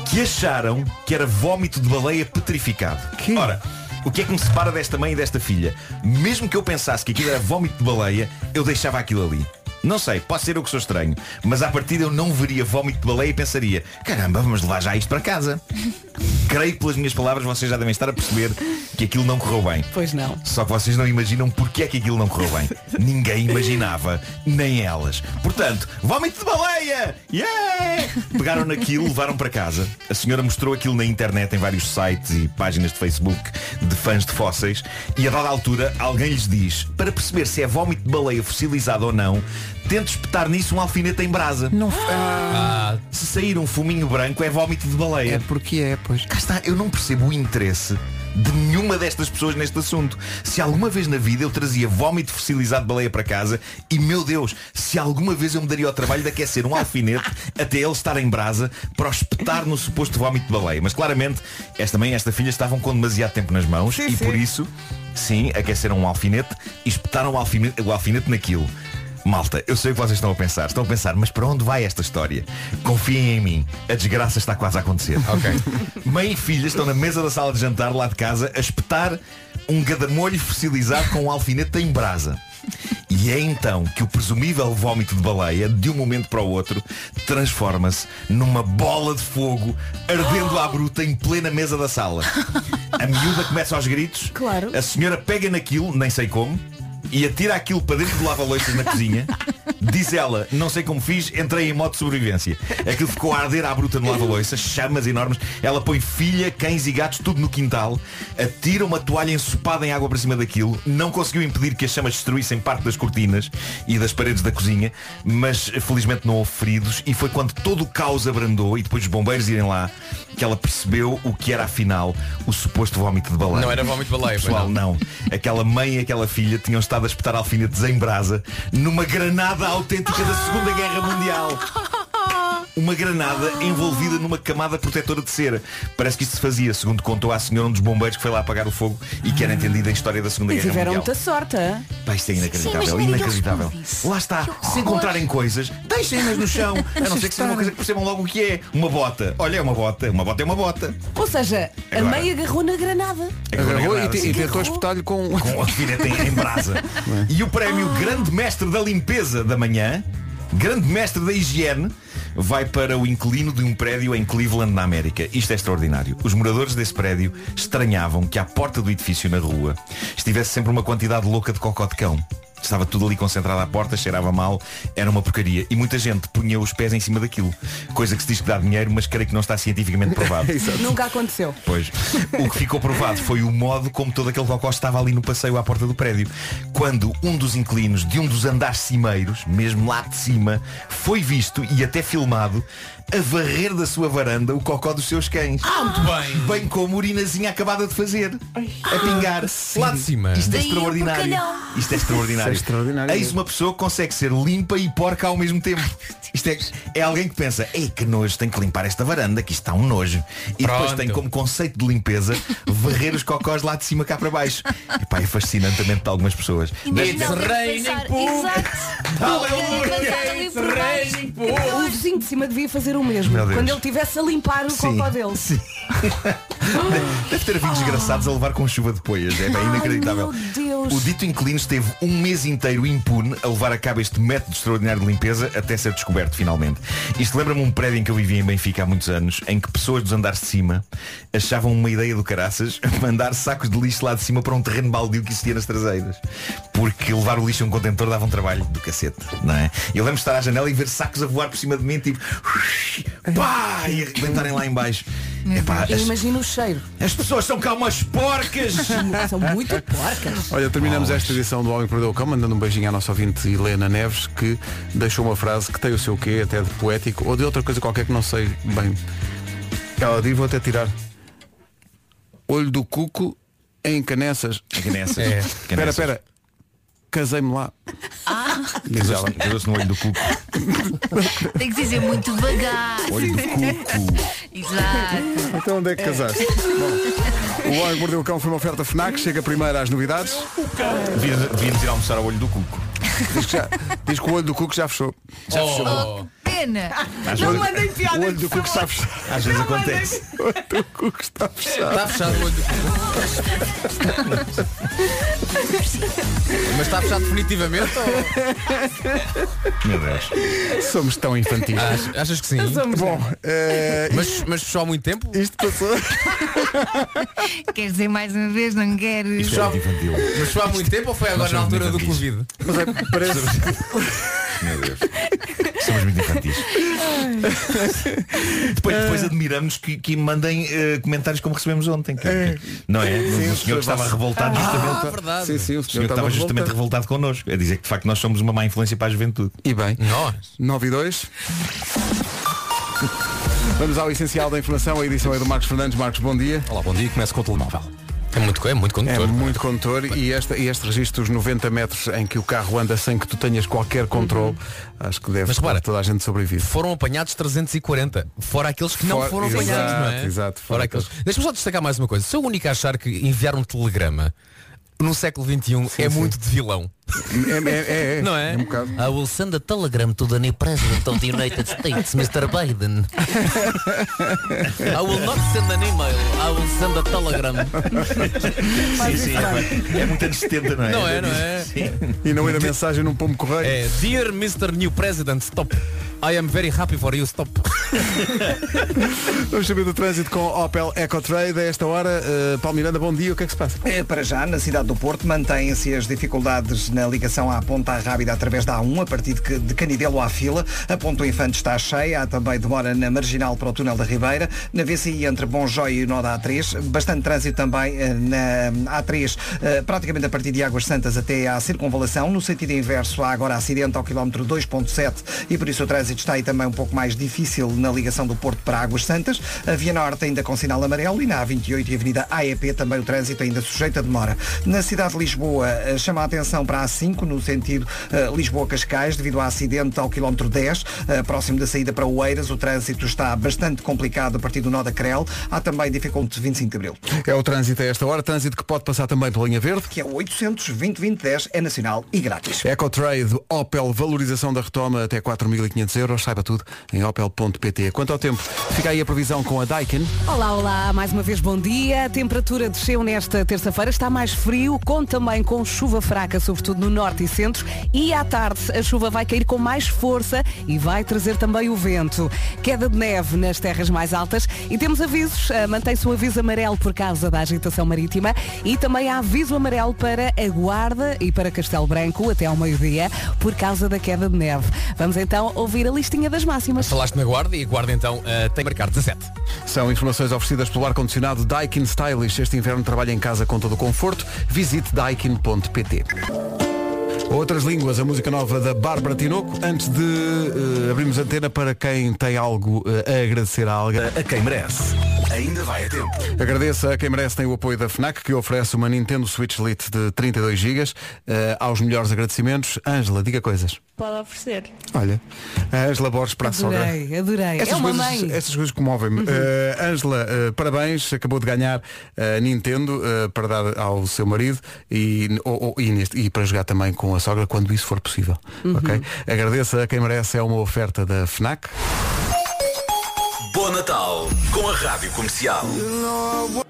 Speaker 13: que acharam que era vómito de baleia petrificado. Ora, o que é que me separa desta mãe e desta filha? Mesmo que eu pensasse que aquilo era vómito de baleia, eu deixava aquilo ali. Não sei, pode ser eu que sou estranho, mas à partida eu não veria vómito de baleia e pensaria, caramba, vamos levar já isto para casa. Creio que pelas minhas palavras vocês já devem estar a perceber que aquilo não correu bem.
Speaker 5: Pois não.
Speaker 13: Só que vocês não imaginam porque é que aquilo não correu bem. Ninguém imaginava, nem elas. Portanto, vómito de baleia! Yeah! Pegaram naquilo, levaram para casa. A senhora mostrou aquilo na internet, em vários sites e páginas de Facebook de fãs de fósseis. E a dada altura, alguém lhes diz, para perceber se é vómito de baleia fossilizado ou não, tente espetar nisso um alfinete em brasa. Não. Se sair um fuminho branco, é vómito de baleia. É
Speaker 1: porque é, pois.
Speaker 13: Cá está, eu não percebo o interesse de nenhuma destas pessoas neste assunto. Se alguma vez na vida eu trazia vómito fossilizado de baleia para casa e, meu Deus, se alguma vez eu me daria ao trabalho de aquecer um alfinete até ele estar em brasa para o espetar no suposto vómito de baleia. Mas claramente, esta mãe e esta filha estavam com demasiado tempo nas mãos e por isso, sim, aqueceram um alfinete e espetaram o alfinete, o alfinete naquilo. Malta, eu sei o que vocês estão a pensar. Estão a pensar, mas para onde vai esta história? Confiem em mim, a desgraça está quase a acontecer. Ok. Mãe e filha estão na mesa da sala de jantar lá de casa a espetar um gadamolho fossilizado com um alfinete em brasa. E é então que o presumível vómito de baleia, de um momento para o outro, transforma-se numa bola de fogo ardendo à bruta em plena mesa da sala. A miúda começa aos gritos,
Speaker 5: Claro.
Speaker 13: a senhora pega naquilo, nem sei como, e atira aquilo para dentro do lava-loiças na cozinha, Diz ela, não sei como fiz, entrei em modo de sobrevivência. Aquilo ficou a arder à bruta no lava-loiça, chamas enormes. Ela põe filha, cães e gatos, tudo no quintal, atira uma toalha ensopada em água para cima daquilo, não conseguiu impedir que as chamas destruíssem parte das cortinas e das paredes da cozinha, mas felizmente não houve feridos e foi quando todo o caos abrandou e depois os bombeiros irem lá que ela percebeu o que era afinal o suposto vómito de baleia.
Speaker 11: Não era vómito de baleia, pois
Speaker 13: Pessoal, não. Aquela mãe e aquela filha tinham estado a espetar alfinetes em brasa numa granada autêntica da Segunda Guerra Mundial. Uma granada envolvida numa camada protetora de cera. Parece que isto se fazia, segundo contou à senhora um dos bombeiros que foi lá apagar o fogo e que era entendida em história da Segunda
Speaker 5: E
Speaker 13: Guerra
Speaker 5: tiveram
Speaker 13: Mundial.
Speaker 5: muita sorte. hã?
Speaker 13: Pá, isto é
Speaker 5: Sim,
Speaker 13: inacreditável,
Speaker 5: mas ninguém
Speaker 13: inacreditável. Lá está, se encontrarem coisas, deixem-nas no chão. A não ser que seja uma coisa que percebam logo o que é. Uma bota. Olha, é uma bota. Uma bota é uma bota.
Speaker 5: Ou seja, a
Speaker 13: Agora.
Speaker 5: meia agarrou na granada.
Speaker 13: É
Speaker 1: Agarrou e, te- e tentou espetar-lhe com... é? Ah.
Speaker 13: com um alfinete em, em brasa. E o prémio Grande Mestre da Limpeza da Manhã, Grande Mestre da Higiene, vai para o inquilino de um prédio em Cleveland, na América. Isto é extraordinário. Os moradores desse prédio estranhavam que à porta do edifício na rua estivesse sempre uma quantidade louca de cocó de cão. Estava tudo ali concentrado à porta, cheirava mal, era uma porcaria. E muita gente punha os pés em cima daquilo. Coisa que se diz que dá dinheiro, mas creio que não está cientificamente provado.
Speaker 5: Nunca aconteceu.
Speaker 13: Pois. O que ficou provado foi o modo como todo aquele cocó estava ali no passeio à porta do prédio. Quando um dos inquilinos de um dos andares cimeiros, mesmo lá de cima, foi visto e até filmado a varrer da sua varanda o cocó dos seus cães. Ah, muito bem. Bem como a urinazinha acabada de fazer. A pingar. lá de cima. Isto é
Speaker 11: Daí o
Speaker 13: extraordinário.
Speaker 11: porcalhão.
Speaker 13: Isto é extraordinário.
Speaker 1: Isso é extraordinário.
Speaker 13: Eis uma pessoa que consegue ser limpa e porca ao mesmo tempo. Isto é, é alguém que pensa, ei que nojo, tenho que limpar esta varanda, que isto está um nojo. E depois
Speaker 11: Pronto.
Speaker 13: tem como conceito de limpeza varrer os cocós lá de cima cá para baixo. Epá, é fascinante a mente de algumas pessoas.
Speaker 2: It's raining poop.
Speaker 13: Aleluia.
Speaker 5: O vizinho de cima devia fazer o mesmo.
Speaker 13: Meu Deus.
Speaker 5: Quando ele estivesse a limpar o
Speaker 13: Sim,
Speaker 5: cocó dele.
Speaker 13: Deve ter havido desgraçados a levar com chuva de poias. É bem inacreditável.
Speaker 5: Oh. Ai, meu Deus.
Speaker 13: O dito inquilino esteve um mês inteiro impune a levar a cabo este método extraordinário de limpeza até ser descoberto finalmente. Isto lembra-me um prédio em que eu vivia em Benfica há muitos anos, em que pessoas dos andares de cima achavam uma ideia do caraças mandar sacos de lixo lá de cima para um terreno baldio que existia nas traseiras. Porque levar o lixo a um contentor dava um trabalho do cacete, não é? Eu lembro de estar à janela e ver sacos a voar por cima de mim, tipo, pá, e arrebentarem lá em baixo. Epá,
Speaker 5: Eu
Speaker 13: as-
Speaker 5: imagino o cheiro.
Speaker 13: as pessoas são cá umas porcas.
Speaker 5: São muito porcas.
Speaker 1: Olha, terminamos esta edição do Homem que Perdeu o Cão mandando um beijinho à nossa ouvinte Helena Neves que deixou uma frase que tem o seu quê, até de poético ou de outra coisa qualquer que não sei bem. Ela diz, vou até tirar. Olho do cuco em canessas.
Speaker 13: Em canessas.
Speaker 1: É.
Speaker 13: Canessas.
Speaker 1: Espera, espera. Casei-me lá.
Speaker 6: Ah.
Speaker 1: Diz ela.
Speaker 13: Casou-se no olho do cuco.
Speaker 6: Tem que dizer muito devagar.
Speaker 1: Olho do
Speaker 6: Exato.
Speaker 1: Então onde é que casaste? Bom, o Homem que Mordeu o Cão foi uma oferta FNAC, chega primeiro às novidades.
Speaker 13: Devíamos devíamos ir almoçar ao olho do cuco.
Speaker 1: Diz que, já- diz que o olho do cuco já fechou. Já
Speaker 13: Oh.
Speaker 6: Oh, que pena.
Speaker 13: Às
Speaker 6: Não
Speaker 13: vezes-
Speaker 6: mandem piada.
Speaker 1: O olho do cuco está fechado.
Speaker 13: Às vezes acontece.
Speaker 1: O olho do cuco está fechado.
Speaker 11: Está fechado o olho do Mas está fechado definitivamente?
Speaker 13: Meu Deus.
Speaker 1: Somos tão infantis.
Speaker 11: Ach- achas que sim?
Speaker 1: Bom, eh,
Speaker 11: Mas, mas só há muito tempo?
Speaker 1: Isto passou.
Speaker 6: Queres dizer mais uma vez? Não queres?
Speaker 11: Isto é muito infantil. Mas só há muito tempo ou foi agora na altura do Covid?
Speaker 1: Mas é, parece.
Speaker 13: Meu Deus. Somos muito infantis. Depois,
Speaker 1: Ah.
Speaker 13: depois admiramos que, que mandem eh, comentários como recebemos ontem. que- que- não é? O senhor
Speaker 1: Sim, o senhor
Speaker 13: que estava
Speaker 1: Vasco.
Speaker 13: revoltado
Speaker 1: Ah,
Speaker 13: justamente.
Speaker 1: verdade. Sim, sim, o senhor
Speaker 13: o senhor que
Speaker 1: estava
Speaker 13: estava justamente revoltado connosco. A dizer que de facto nós somos uma má influência para a juventude.
Speaker 1: E bem.
Speaker 11: Nós.
Speaker 1: 9 e 2. Vamos ao essencial da informação. A edição é do Marcos Fernandes. Marcos, bom dia.
Speaker 11: Olá, bom dia. Começo com o telemóvel. É muito, é muito
Speaker 1: É
Speaker 11: condutor.
Speaker 1: muito condutor e, esta, e este registro dos 90 metros em que o carro anda sem que tu tenhas qualquer controle, acho que deve
Speaker 11: Uhum. Mas repara,
Speaker 1: toda a gente sobrevive.
Speaker 11: Foram apanhados 340, fora aqueles que não
Speaker 1: Fora-
Speaker 11: foram
Speaker 1: exato,
Speaker 11: apanhados, não é?
Speaker 1: exato, fora
Speaker 11: fora aqueles. Deixa-me só destacar mais uma coisa. Sou o único a achar que enviar um telegrama no século XXI é muito de vilão.
Speaker 1: É, é, é, é.
Speaker 11: Não é?
Speaker 1: É um bocado.
Speaker 15: I will send a telegram to the new president of the United States, Mr. Biden. I will not send an email, I will send a telegram.
Speaker 13: Sim, sim, é, é muito anos 70, não é?
Speaker 11: Não é, não é?
Speaker 1: E não ir a mensagem num pombo correio.
Speaker 11: É Dear Mr. New President, stop. I am very happy for you, stop.
Speaker 1: Vamos saber do trânsito com Opel EcoTrade. A esta hora, eh, Paulo Miranda, bom dia. O que é que se passa?
Speaker 4: É, para já, na cidade do Porto, mantêm-se as dificuldades na ligação à Ponta Rábida através da A1, a partir de Ca- de Canidelo à fila. A Ponta do Infante está cheia, há também demora na Marginal para o Túnel da Ribeira, na VCI entre Bonjói e o Nó da A3, bastante trânsito também eh, na A3, eh, praticamente a partir de Águas Santas até à Circunvalação, no sentido inverso há agora acidente ao quilómetro 2.7 e por isso o trânsito está aí também um pouco mais difícil na ligação do Porto para Águas Santas, a Via Norte ainda com sinal amarelo e na A28 e Avenida AEP também o trânsito ainda sujeito a demora. Na cidade de Lisboa, eh, chama a atenção para a A5, no sentido eh, Lisboa-Cascais, devido a acidente ao quilómetro 10, eh, próximo da saída para Oeiras, o trânsito está bastante complicado a partir do nó da Crel. Há também dificuldade 25 de Abril.
Speaker 1: É o trânsito a esta hora, trânsito que pode passar também pela linha verde.
Speaker 4: Que é o 800 2010 é nacional e grátis.
Speaker 1: Ecotrade, Opel, valorização da retoma até 4.500 euros, saiba tudo em opel.pt. Quanto ao tempo, fica aí a previsão com a Daikin.
Speaker 5: Olá, olá, mais uma vez bom dia. A temperatura desceu nesta terça-feira, está mais frio, conta também com chuva fraca, sobretudo no norte e centro, e à tarde a chuva vai cair com mais força e vai trazer também o vento. Queda de neve nas terras mais altas e temos avisos, Ah, mantém-se o aviso amarelo por causa da agitação marítima e também há aviso amarelo para a Guarda e para Castelo Branco até ao meio-dia por causa da queda de neve. Vamos então ouvir a listinha das máximas.
Speaker 11: Falaste na guarda e a guarda então eh, tem que marcar 17.
Speaker 1: São informações oferecidas pelo ar-condicionado Daikin Stylish. Este inverno trabalha em casa com todo o conforto. Visite daikin.pt. Outras línguas, a música nova da Bárbara Tinoco. Antes de eh, abrirmos a antena para quem tem algo eh, a agradecer a alguém. A quem merece.
Speaker 14: Ainda vai a tempo.
Speaker 1: Agradeço a quem merece tem o apoio da FNAC, que oferece uma Nintendo Switch Lite de 32 GB. eh, aos melhores agradecimentos. Ângela, diga coisas.
Speaker 16: Pode oferecer.
Speaker 1: Olha, a Ângela Borges para a sogra.
Speaker 5: Adorei, adorei.
Speaker 1: Essas
Speaker 5: é uma
Speaker 1: coisas,
Speaker 5: mãe.
Speaker 1: essas coisas comovem-me.
Speaker 6: Uhum.
Speaker 1: Eh, Ângela, eh, parabéns, acabou de ganhar a Nintendo eh, para dar ao seu marido e, ou- ou- e neste- e para jogar também com a sogra quando isso for possível.
Speaker 14: Uhum.
Speaker 1: ok? Agradeço a quem merece, é uma oferta da FNAC.
Speaker 14: Bom Natal com a Rádio Comercial.
Speaker 6: Uhum.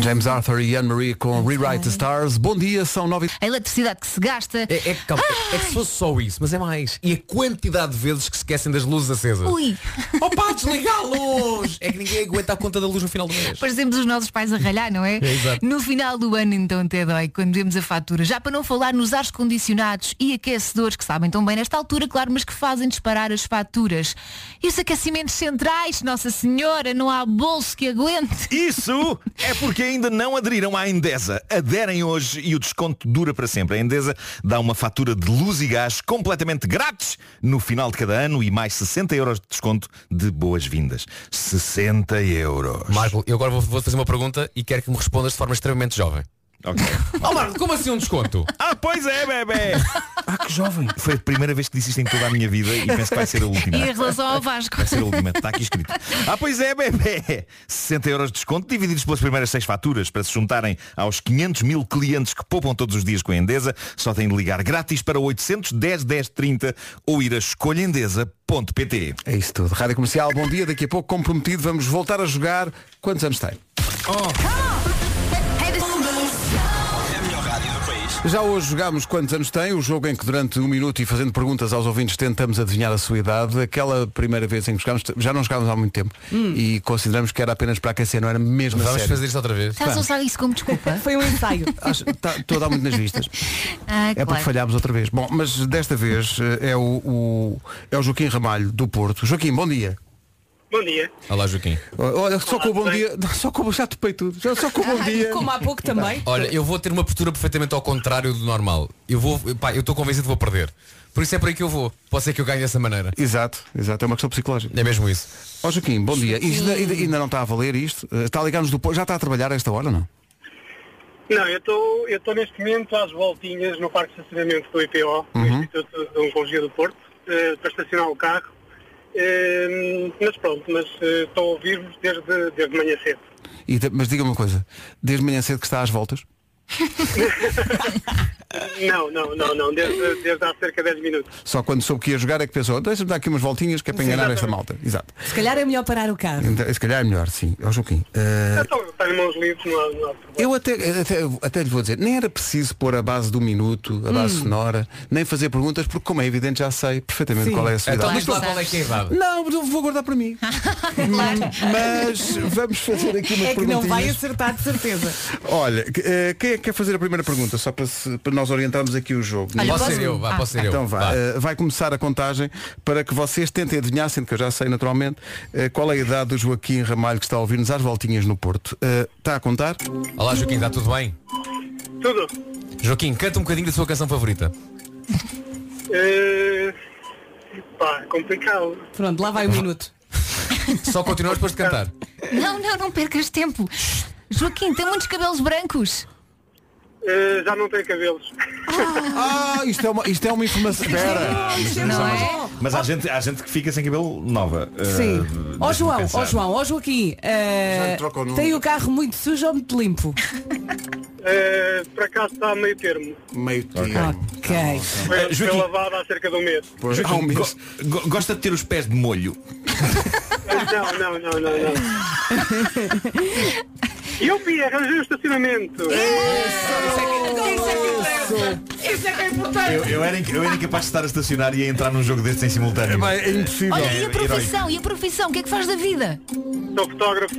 Speaker 1: James Arthur e Anne-Marie com Rewrite the Stars. Bom dia, são nove.
Speaker 6: A eletricidade que se gasta.
Speaker 11: É, é, calma, é que se fosse só isso, mas é mais. E a quantidade de vezes que se esquecem das luzes acesas.
Speaker 6: Ui!
Speaker 11: Opa, desliga a luz! É que ninguém aguenta a conta da luz no final do mês.
Speaker 6: Parecemos os nossos pais a ralhar, não é?
Speaker 11: É, exato.
Speaker 6: no final do ano então até dói, quando vemos a fatura. Já para não falar nos ares condicionados e aquecedores, que sabem tão bem nesta altura, claro, mas que fazem disparar as faturas. E os aquecimentos centrais, Nossa Senhora, não há bolso que aguente.
Speaker 13: Isso é porque ainda não aderiram à Endesa. Aderem hoje e o desconto dura para sempre. A Endesa dá uma fatura de luz e gás completamente grátis no final de cada ano e mais 60 euros de desconto de boas-vindas. 60 euros.
Speaker 11: Marco, eu agora vou, vou fazer uma pergunta e quero que me respondas de forma extremamente jovem.
Speaker 13: Ok.
Speaker 11: Oh Marco, como assim um desconto?
Speaker 13: ah, pois é, bebê!
Speaker 1: Ah, que jovem!
Speaker 13: Foi a primeira vez que disse isto em toda a minha vida e penso que vai ser a última.
Speaker 6: E em relação ao Vasco.
Speaker 13: Vai ser a última, está aqui escrito. Ah, pois é, bebê. 60 euros de desconto divididos pelas primeiras seis faturas para se juntarem aos 500 mil clientes que poupam todos os dias com a Endesa. Só têm de ligar grátis para 810 10 30 ou ir a escolhaendesa.pt.
Speaker 1: É isso tudo. Rádio Comercial, bom dia. Daqui a pouco, como prometido, vamos voltar a jogar. Quantos anos tem?
Speaker 14: É a melhor rádio do país.
Speaker 1: Já hoje jogámos Quantos Anos Tem, o jogo em que durante um minuto e fazendo perguntas aos ouvintes tentamos adivinhar a sua idade. Aquela primeira vez em que jogámos, já não jogámos há muito tempo
Speaker 5: Hum.
Speaker 1: e consideramos que era apenas para aquecer, não era mesmo a
Speaker 11: Vamos
Speaker 1: sério.
Speaker 11: fazer isto outra vez.
Speaker 6: Estás a usar isso como desculpa?
Speaker 5: Foi um ensaio.
Speaker 1: Está, tá, estou a dar muito nas vistas.
Speaker 6: Ah,
Speaker 1: É porque
Speaker 6: claro.
Speaker 1: falhámos outra vez. Bom, mas desta vez eh, é o, o- é o Joaquim Ramalho do Porto. Joaquim, bom dia.
Speaker 12: Bom dia.
Speaker 11: Olá, Joaquim.
Speaker 1: Olha, só com o bom dia. Só com, já topei tudo. Já Só com o bom dia.
Speaker 5: Ah, Como há pouco também.
Speaker 11: Olha, eu vou ter uma postura perfeitamente ao contrário do normal. Eu vou, pá, eu estou convencido que vou perder. Por isso é por aí que eu vou. Pode ser que eu ganhe dessa maneira.
Speaker 1: Exato, exato, é uma questão psicológica.
Speaker 11: É mesmo isso.
Speaker 1: Ó Joaquim, bom dia. Isto
Speaker 12: Sim.
Speaker 1: ainda, ainda- ainda não está a valer isto? Eh, Está a ligar-nos do Porto? Já está a trabalhar a esta hora, não?
Speaker 12: Não, eu estou eu estou neste momento às voltinhas no parque de estacionamento do IPO, do
Speaker 1: Uhum.
Speaker 12: Instituto de Oncologia do Porto, eh, para estacionar o carro. Eh, mas pronto, mas eh, estou a ouvir-vos desde, desde manhã cedo.
Speaker 1: E te- mas diga-me uma coisa, desde manhã cedo que está às voltas?
Speaker 12: Não, não, não, não, desde, desde há cerca de 10 minutos.
Speaker 1: Só quando soube que ia jogar é que pensou, deixa-me dar aqui umas voltinhas que é para
Speaker 12: Sim,
Speaker 1: enganar esta malta. Exato.
Speaker 5: Se calhar é melhor parar o carro.
Speaker 1: Então, se calhar é melhor, sim. Ó Joaquim. eh,
Speaker 12: Então, estar em mãos livres, não há, não há problema.
Speaker 1: Eu até, até, até lhe vou dizer, nem era preciso pôr a base do minuto, a base
Speaker 12: Hum.
Speaker 1: sonora, nem fazer perguntas, porque como é evidente já sei perfeitamente
Speaker 12: Sim.
Speaker 1: qual é a sua
Speaker 12: Então
Speaker 1: idade.
Speaker 12: diz lá qual é que é a idade.
Speaker 1: Não, mas eu vou guardar para mim. Mas vamos fazer aqui umas
Speaker 5: É que não vai
Speaker 1: perguntinhas.
Speaker 5: acertar, de certeza.
Speaker 1: Olha, que- eh, quem é que quer fazer a primeira pergunta? Só para, se- para nós orientarmos aqui o jogo.
Speaker 11: Olha, Posso posso? ser eu, vá, Ah. posso ser eu.
Speaker 1: Então vá,
Speaker 11: Vá.
Speaker 1: eh, vai começar a contagem para que vocês tentem adivinhar, sendo que eu já sei naturalmente, eh, qual é a idade do Joaquim Ramalho que está a ouvir-nos às voltinhas no Porto. Eh, está a contar?
Speaker 11: Olá Joaquim, está tudo bem?
Speaker 12: Tudo.
Speaker 11: Joaquim, canta um bocadinho da sua canção favorita.
Speaker 12: Eh, pá, é complicado.
Speaker 5: Pronto, lá vai um minuto.
Speaker 11: Só continuas depois de cantar.
Speaker 6: Não, não, não percas tempo. Joaquim, tem muitos cabelos brancos.
Speaker 12: Eh, já não tenho cabelos.
Speaker 1: Ah, isto é uma, isto é uma informação. Espera.
Speaker 5: Não
Speaker 13: mas,
Speaker 5: é?
Speaker 13: mas há, gente, há gente que fica sem cabelo nova.
Speaker 5: Sim.
Speaker 13: Uh,
Speaker 5: Ó
Speaker 13: deixa-me
Speaker 5: João, ó
Speaker 13: pensar.
Speaker 5: João, ó Joaquim, eh,
Speaker 13: Já lhe troca o número.
Speaker 5: tem o carro muito sujo ou muito limpo?
Speaker 12: Eh, para cá está a meio termo.
Speaker 13: Ah,
Speaker 1: Meio
Speaker 5: Ok.
Speaker 1: Eh,
Speaker 12: Foi, foi lavado há cerca de um mês.
Speaker 13: Joaquim, go- go- gosta de ter os pés de molho.
Speaker 12: Não, não, não, não, não. Eu vi, arranjei o estacionamento.
Speaker 2: Isso é que é importante.
Speaker 13: Eu, eu era, inca- eu era incapaz de estar a estacionar e a entrar num jogo destes em simultâneo.
Speaker 1: É impossível.
Speaker 6: Olha, e a profissão? E a profissão? O que é que faz da vida?
Speaker 12: Sou fotógrafo.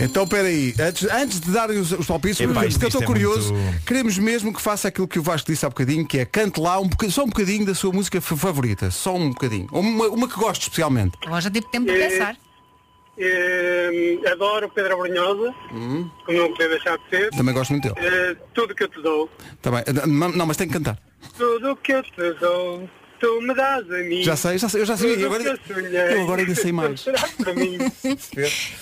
Speaker 1: Então peraí, antes, antes de darem os, os palpites,
Speaker 13: Epá,
Speaker 1: porque
Speaker 13: isto-
Speaker 1: eu
Speaker 13: isto
Speaker 1: estou
Speaker 13: é
Speaker 1: curioso,
Speaker 13: muito-
Speaker 1: queremos mesmo que faça aquilo que o Vasco disse há bocadinho, que é cante lá um boca- só um bocadinho da sua música fa- favorita, só um bocadinho, uma, uma que goste especialmente.
Speaker 6: Agora já tive tempo de
Speaker 12: Eh,
Speaker 6: pensar.
Speaker 12: eh, adoro Pedra Brunhosa,
Speaker 11: Hum?
Speaker 12: como não podia deixar de ser.
Speaker 1: Também gosto muito dele.
Speaker 12: Eh, tudo que eu te dou,
Speaker 1: Tá bem. Não, não, mas tem que cantar.
Speaker 12: tudo que eu te dou, tu me dás a mim.
Speaker 1: Já sei, já sei, eu já sei,
Speaker 12: Tudo
Speaker 1: e agora-
Speaker 12: que eu, sonhei,
Speaker 1: eu agora ainda sei mais.
Speaker 12: será para mim.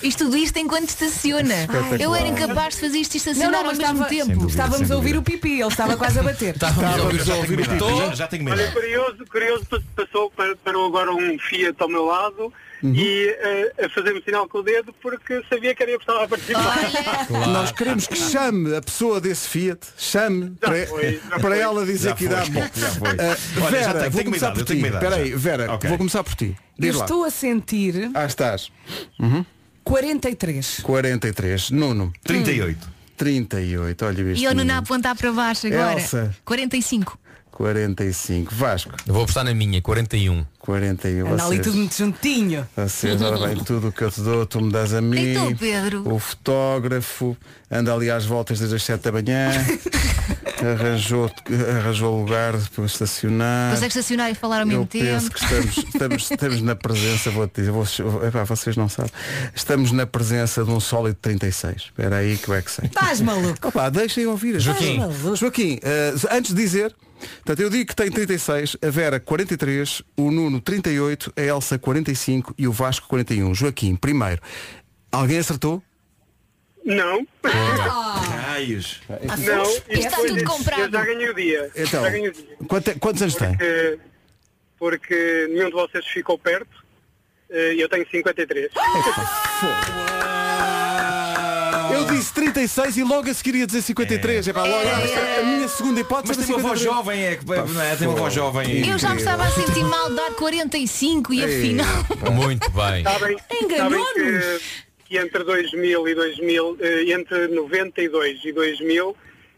Speaker 6: Isto tudo isto enquanto estaciona.
Speaker 1: Espetacular.
Speaker 6: Eu era incapaz de fazer isto e
Speaker 5: Não,
Speaker 6: estacionar
Speaker 5: não, mas
Speaker 6: ao mesmo
Speaker 5: estava,
Speaker 6: tempo.
Speaker 5: estávamos a ouvir o pipi, ele estava quase a bater.
Speaker 1: Tá
Speaker 13: Estávamos a ouvir o pipi. Já- já tenho medo.
Speaker 12: Olha, curioso, curioso pa- passou, pa- parou agora um Fiat ao meu lado
Speaker 1: Uhum.
Speaker 12: e eh, a fazer-me sinal com o dedo porque sabia que era eu que estava a participar.
Speaker 1: Nós queremos que chame a pessoa desse Fiat, chame para,
Speaker 12: foi, já
Speaker 1: para
Speaker 12: foi.
Speaker 1: ela dizer
Speaker 12: Já
Speaker 1: que dá
Speaker 12: foi,
Speaker 1: bom.
Speaker 12: já foi.
Speaker 1: Ah,
Speaker 12: Olha, já
Speaker 1: Vera,
Speaker 12: tenho-
Speaker 1: vou
Speaker 12: tenho uma
Speaker 1: começar
Speaker 12: idade,
Speaker 1: por
Speaker 12: eu tenho
Speaker 1: ti.
Speaker 12: uma idade,
Speaker 1: Espera aí,
Speaker 12: já.
Speaker 1: Vera,
Speaker 12: Ok.
Speaker 1: vou começar por ti.
Speaker 5: Eu
Speaker 1: Diz lá.
Speaker 5: estou a sentir
Speaker 1: Ah, estás.
Speaker 12: Uhum.
Speaker 5: 43.
Speaker 1: 43. Nuno. 38. 38, olha isto.
Speaker 6: E eu não na apontar para baixo agora.
Speaker 1: Elsa.
Speaker 6: 45.
Speaker 1: 45. Vasco.
Speaker 11: Vou apostar na minha, 41.
Speaker 1: 41.
Speaker 5: Anda ali
Speaker 1: vocês-
Speaker 5: tudo muito juntinho.
Speaker 1: Vocês, ora bem, tudo o que eu te dou, tu me das a mim.
Speaker 5: tu, Pedro?
Speaker 1: O fotógrafo anda ali às voltas desde as 7 da manhã. arranjou, arranjou lugar para estacionar.
Speaker 6: Consegue estacionar e falar
Speaker 1: Ah.
Speaker 6: ao
Speaker 1: Eu
Speaker 6: mesmo
Speaker 1: penso
Speaker 6: tempo.
Speaker 1: que estamos, estamos, estamos na presença, vou-te dizer, vou, epá, vocês não sabem. Estamos na presença de um sólido 36. Espera aí que eu é que sei.
Speaker 5: Estás maluco?
Speaker 1: Opa, deixem ouvir.
Speaker 5: Joaquim.
Speaker 12: Ah,
Speaker 5: Estás
Speaker 1: Joaquim, eh, antes de dizer, portanto, eu digo que tem 36, a Vera 43, o Nuno 38, a Elsa 45 e o Vasco 41. Joaquim, primeiro. Alguém acertou?
Speaker 12: Não.
Speaker 13: Raios.
Speaker 12: Não, e
Speaker 6: Oh. Está
Speaker 12: depois
Speaker 6: tudo
Speaker 12: eu-
Speaker 6: comprado.
Speaker 12: Eu já ganhei o dia.
Speaker 1: Então,
Speaker 12: Já ganhei o dia.
Speaker 1: quanto- quantos anos tem?
Speaker 12: Porque, porque nenhum de vocês ficou perto. Eh, Eu tenho 53.
Speaker 1: Eu disse 36 e logo a seguir ia dizer 53. É, pá, logo, A minha segunda hipótese
Speaker 13: Mas
Speaker 1: era
Speaker 13: tem uma voz
Speaker 1: 53.
Speaker 13: jovem, é que não é? Tem uma voz jovem.
Speaker 6: Eu já me estava a sentir mal de dar 45 e afinal.
Speaker 11: Muito
Speaker 12: Sabem,
Speaker 11: bem.
Speaker 12: sabem que,
Speaker 6: Enganou-nos.
Speaker 12: que entre 2000 e 2000, eh, entre 92 e 2000,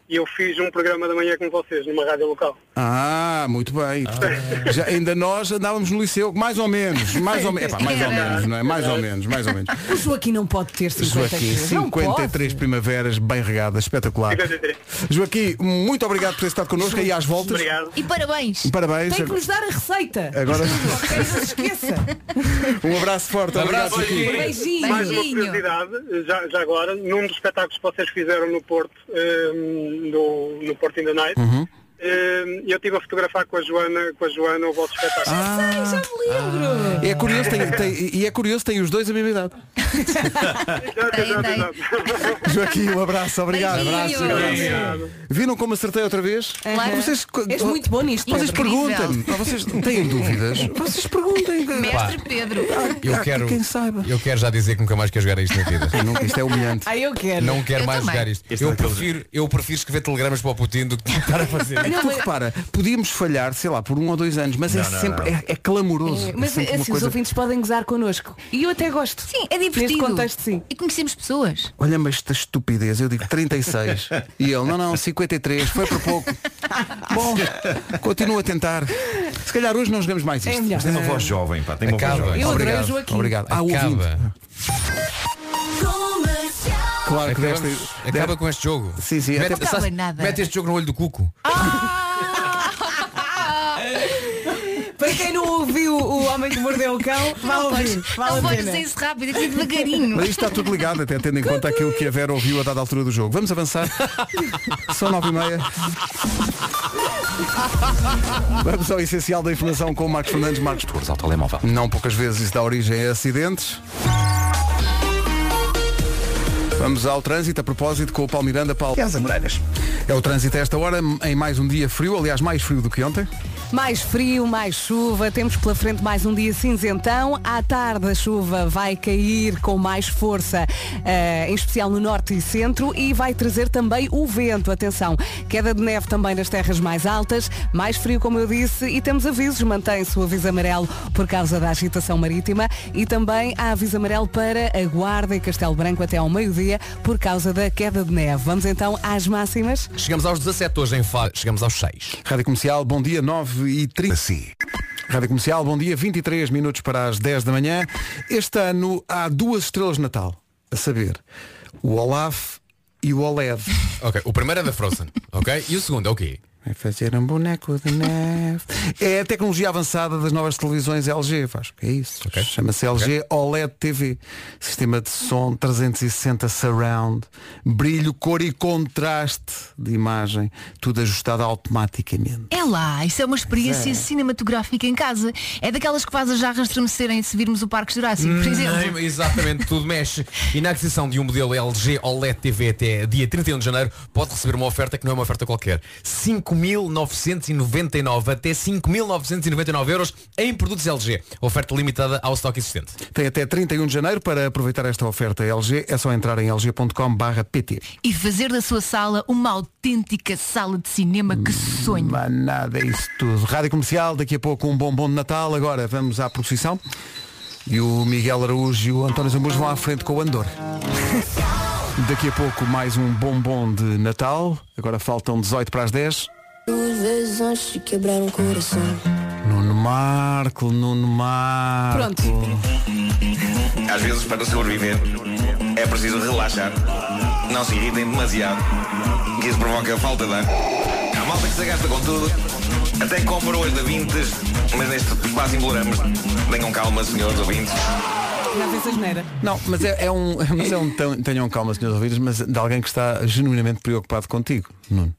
Speaker 12: eu fiz um programa da manhã com vocês numa rádio local.
Speaker 1: Ah, muito bem.
Speaker 13: Ah.
Speaker 1: Portanto, Já, ainda nós andávamos no liceu, mais ou menos, mais ou menos, Epá, mais ou menos, não é? Mais ou menos, mais ou menos.
Speaker 5: O Joaquim não pode ter 53.
Speaker 1: Joaquim,
Speaker 5: Não pode.
Speaker 1: 53 primaveras bem regadas, espetacular. Joaquim, muito obrigado por ter estado connosco aí às voltas.
Speaker 6: E parabéns.
Speaker 1: Parabéns.
Speaker 5: Tem que nos dar a receita.
Speaker 1: Agora
Speaker 5: Ok, não se esqueça.
Speaker 1: um abraço forte, obrigado Joaquim.
Speaker 5: Beijinho.
Speaker 12: Mais uma
Speaker 5: Beijinho.
Speaker 12: curiosidade, já, já agora, num dos espetáculos que vocês fizeram no Porto, hum, no, no Porto in the Night,
Speaker 1: Uhum.
Speaker 12: hum, eu estive a fotografar com a Joana, com a Joana o vosso espetáculo.
Speaker 1: Ah. É curioso, tem, tem- e é curioso, tem os dois a mesma idade. Joaquim, um abraço, obrigado.
Speaker 2: Beijinho.
Speaker 12: Obrigado.
Speaker 1: Viram como acertei outra vez?
Speaker 5: Aham.
Speaker 1: Vocês,
Speaker 5: És muito bom nisto,
Speaker 1: Vocês
Speaker 5: Pedro.
Speaker 1: perguntem-me,
Speaker 5: Incrível.
Speaker 1: vocês têm dúvidas? Vocês perguntem. Ah,
Speaker 11: Mestre
Speaker 6: Pedro.
Speaker 11: Eu quero,
Speaker 1: Quem saiba.
Speaker 11: eu quero já dizer que nunca mais quero jogar a isto na vida.
Speaker 1: Nunca, isto é humilhante.
Speaker 5: Ah, eu quero.
Speaker 11: Não quero mais jogar isto.
Speaker 13: Este
Speaker 11: eu,
Speaker 13: daqueles-
Speaker 11: prefiro, eu prefiro escrever telegramas para o Putin do que estar a fazer
Speaker 1: É que tu repara, podíamos falhar, sei lá, por um ou dois anos, mas é
Speaker 5: Não, não,
Speaker 1: sempre,
Speaker 5: não.
Speaker 1: É, é clamoroso.
Speaker 5: É, mas
Speaker 1: é sempre uma
Speaker 5: assim, os
Speaker 1: coisa-
Speaker 5: ouvintes podem gozar connosco. E eu até gosto.
Speaker 6: Sim, é
Speaker 5: Neste
Speaker 6: divertido.
Speaker 5: contexto, sim.
Speaker 6: E conhecemos pessoas.
Speaker 1: Olha, mas esta estupidez, eu digo 36 e ele, não, não, 53, foi por pouco. Bom, continua a tentar. Se calhar hoje não jogamos mais isto.
Speaker 5: É melhor.
Speaker 13: Mas tem uma voz jovem, pá, tem uma voz jovem.
Speaker 1: Eu adorei o Joaquim. Obrigado. Ah, o ouvinte. Claro que
Speaker 11: Acabamos-
Speaker 1: desta-
Speaker 11: acaba
Speaker 1: desta-
Speaker 11: com este jogo.
Speaker 1: Sim, sim,
Speaker 11: Mete,
Speaker 1: até-
Speaker 11: sabes-
Speaker 5: é
Speaker 1: Acaba nada.
Speaker 11: mete este jogo no olho do cuco.
Speaker 5: Para quem não ouviu o Homem que Mordeu o Cão, vá
Speaker 6: Não
Speaker 5: ouvir.
Speaker 6: podes-
Speaker 5: Vale
Speaker 6: não
Speaker 5: a
Speaker 6: podes
Speaker 5: pena.
Speaker 6: dizer isso rápido, é preciso devagarinho.
Speaker 1: Mas isto está tudo ligado, até tendo em conta aquilo que a Vera ouviu a dada altura do jogo. Vamos avançar. São nove e meia. Vamos ao essencial da informação com o Marcos Fernandes Marcos Torres ao telemóvel. Não poucas vezes isso dá origem a acidentes. Vamos ao trânsito, a propósito, com o Paulo Miranda. Paulo. E
Speaker 4: as Amoreiras.
Speaker 1: É o trânsito a esta hora, em mais um dia frio, aliás, mais frio do que ontem.
Speaker 5: Mais frio, mais chuva, temos pela frente mais um dia cinzentão. À tarde a chuva vai cair com mais força, eh, em especial no norte e centro, e vai trazer também o vento. Atenção, queda de neve também nas terras mais altas, mais frio, como eu disse, e temos avisos. Mantém-se o aviso amarelo por causa da agitação marítima e também há aviso amarelo para a Guarda e Castelo Branco até ao meio-dia por causa da queda de neve. Vamos então às máximas.
Speaker 11: Chegamos aos 17 hoje em Faro. Chegamos aos 6.
Speaker 1: Rádio Comercial, bom dia, 9 e 30. Assim. Rádio Comercial, bom dia, 23 minutos para as 10 da manhã. Este ano há duas estrelas de Natal, a saber, o Olaf e o Oled.
Speaker 11: Ok, o primeiro é da Frozen. Ok? E o segundo é o quê?
Speaker 1: É fazer um boneco de neve. É a tecnologia avançada das novas televisões LG, faz que é isso. Chama-se LG OLED TV. Sistema de som 360 surround, brilho, cor e contraste de imagem, tudo ajustado automaticamente.
Speaker 6: É lá, isso é uma experiência
Speaker 1: Pois é.
Speaker 6: cinematográfica em casa. É daquelas que faz a jarra estremecerem se virmos o Parque Jurássico,
Speaker 1: Hum,
Speaker 6: por exemplo.
Speaker 11: Nem- Hum, é, exatamente, tudo mexe. E na aquisição de um modelo LG OLED TV até dia 31 de janeiro, pode receber uma oferta que não é uma oferta qualquer. 5.999 até 5.999 euros em produtos LG. Oferta limitada ao estoque existente.
Speaker 1: Tem até 31 de janeiro para aproveitar esta oferta LG. É só entrar em lg.com/pt.
Speaker 6: E fazer da sua sala uma autêntica sala de cinema que sonho.
Speaker 1: Mas nada, é isso tudo. Rádio Comercial, daqui a pouco um bombom de Natal. Agora vamos à procissão. E o Miguel Araújo e o António Zambujo vão à frente com o Andor. Daqui a pouco mais um bombom de Natal. Agora faltam 18 para as 10.
Speaker 2: Duas vezes antes de quebrar um coração.
Speaker 1: Nuno Marco, Nuno Marco.
Speaker 2: Pronto.
Speaker 13: Às vezes, para sobreviver, é preciso relaxar. Não se irritem demasiado, que isso provoca falta de ar. Há malta que se gasta com tudo. Até compra hoje da Vintes, mas neste quase imploramos. Tenham calma, senhores ouvintes.
Speaker 5: Já fez a geneira.
Speaker 1: Não, mas é, é um. Mas é um tão- tenham calma, senhores ouvidos, mas de alguém que está genuinamente preocupado contigo, Nuno.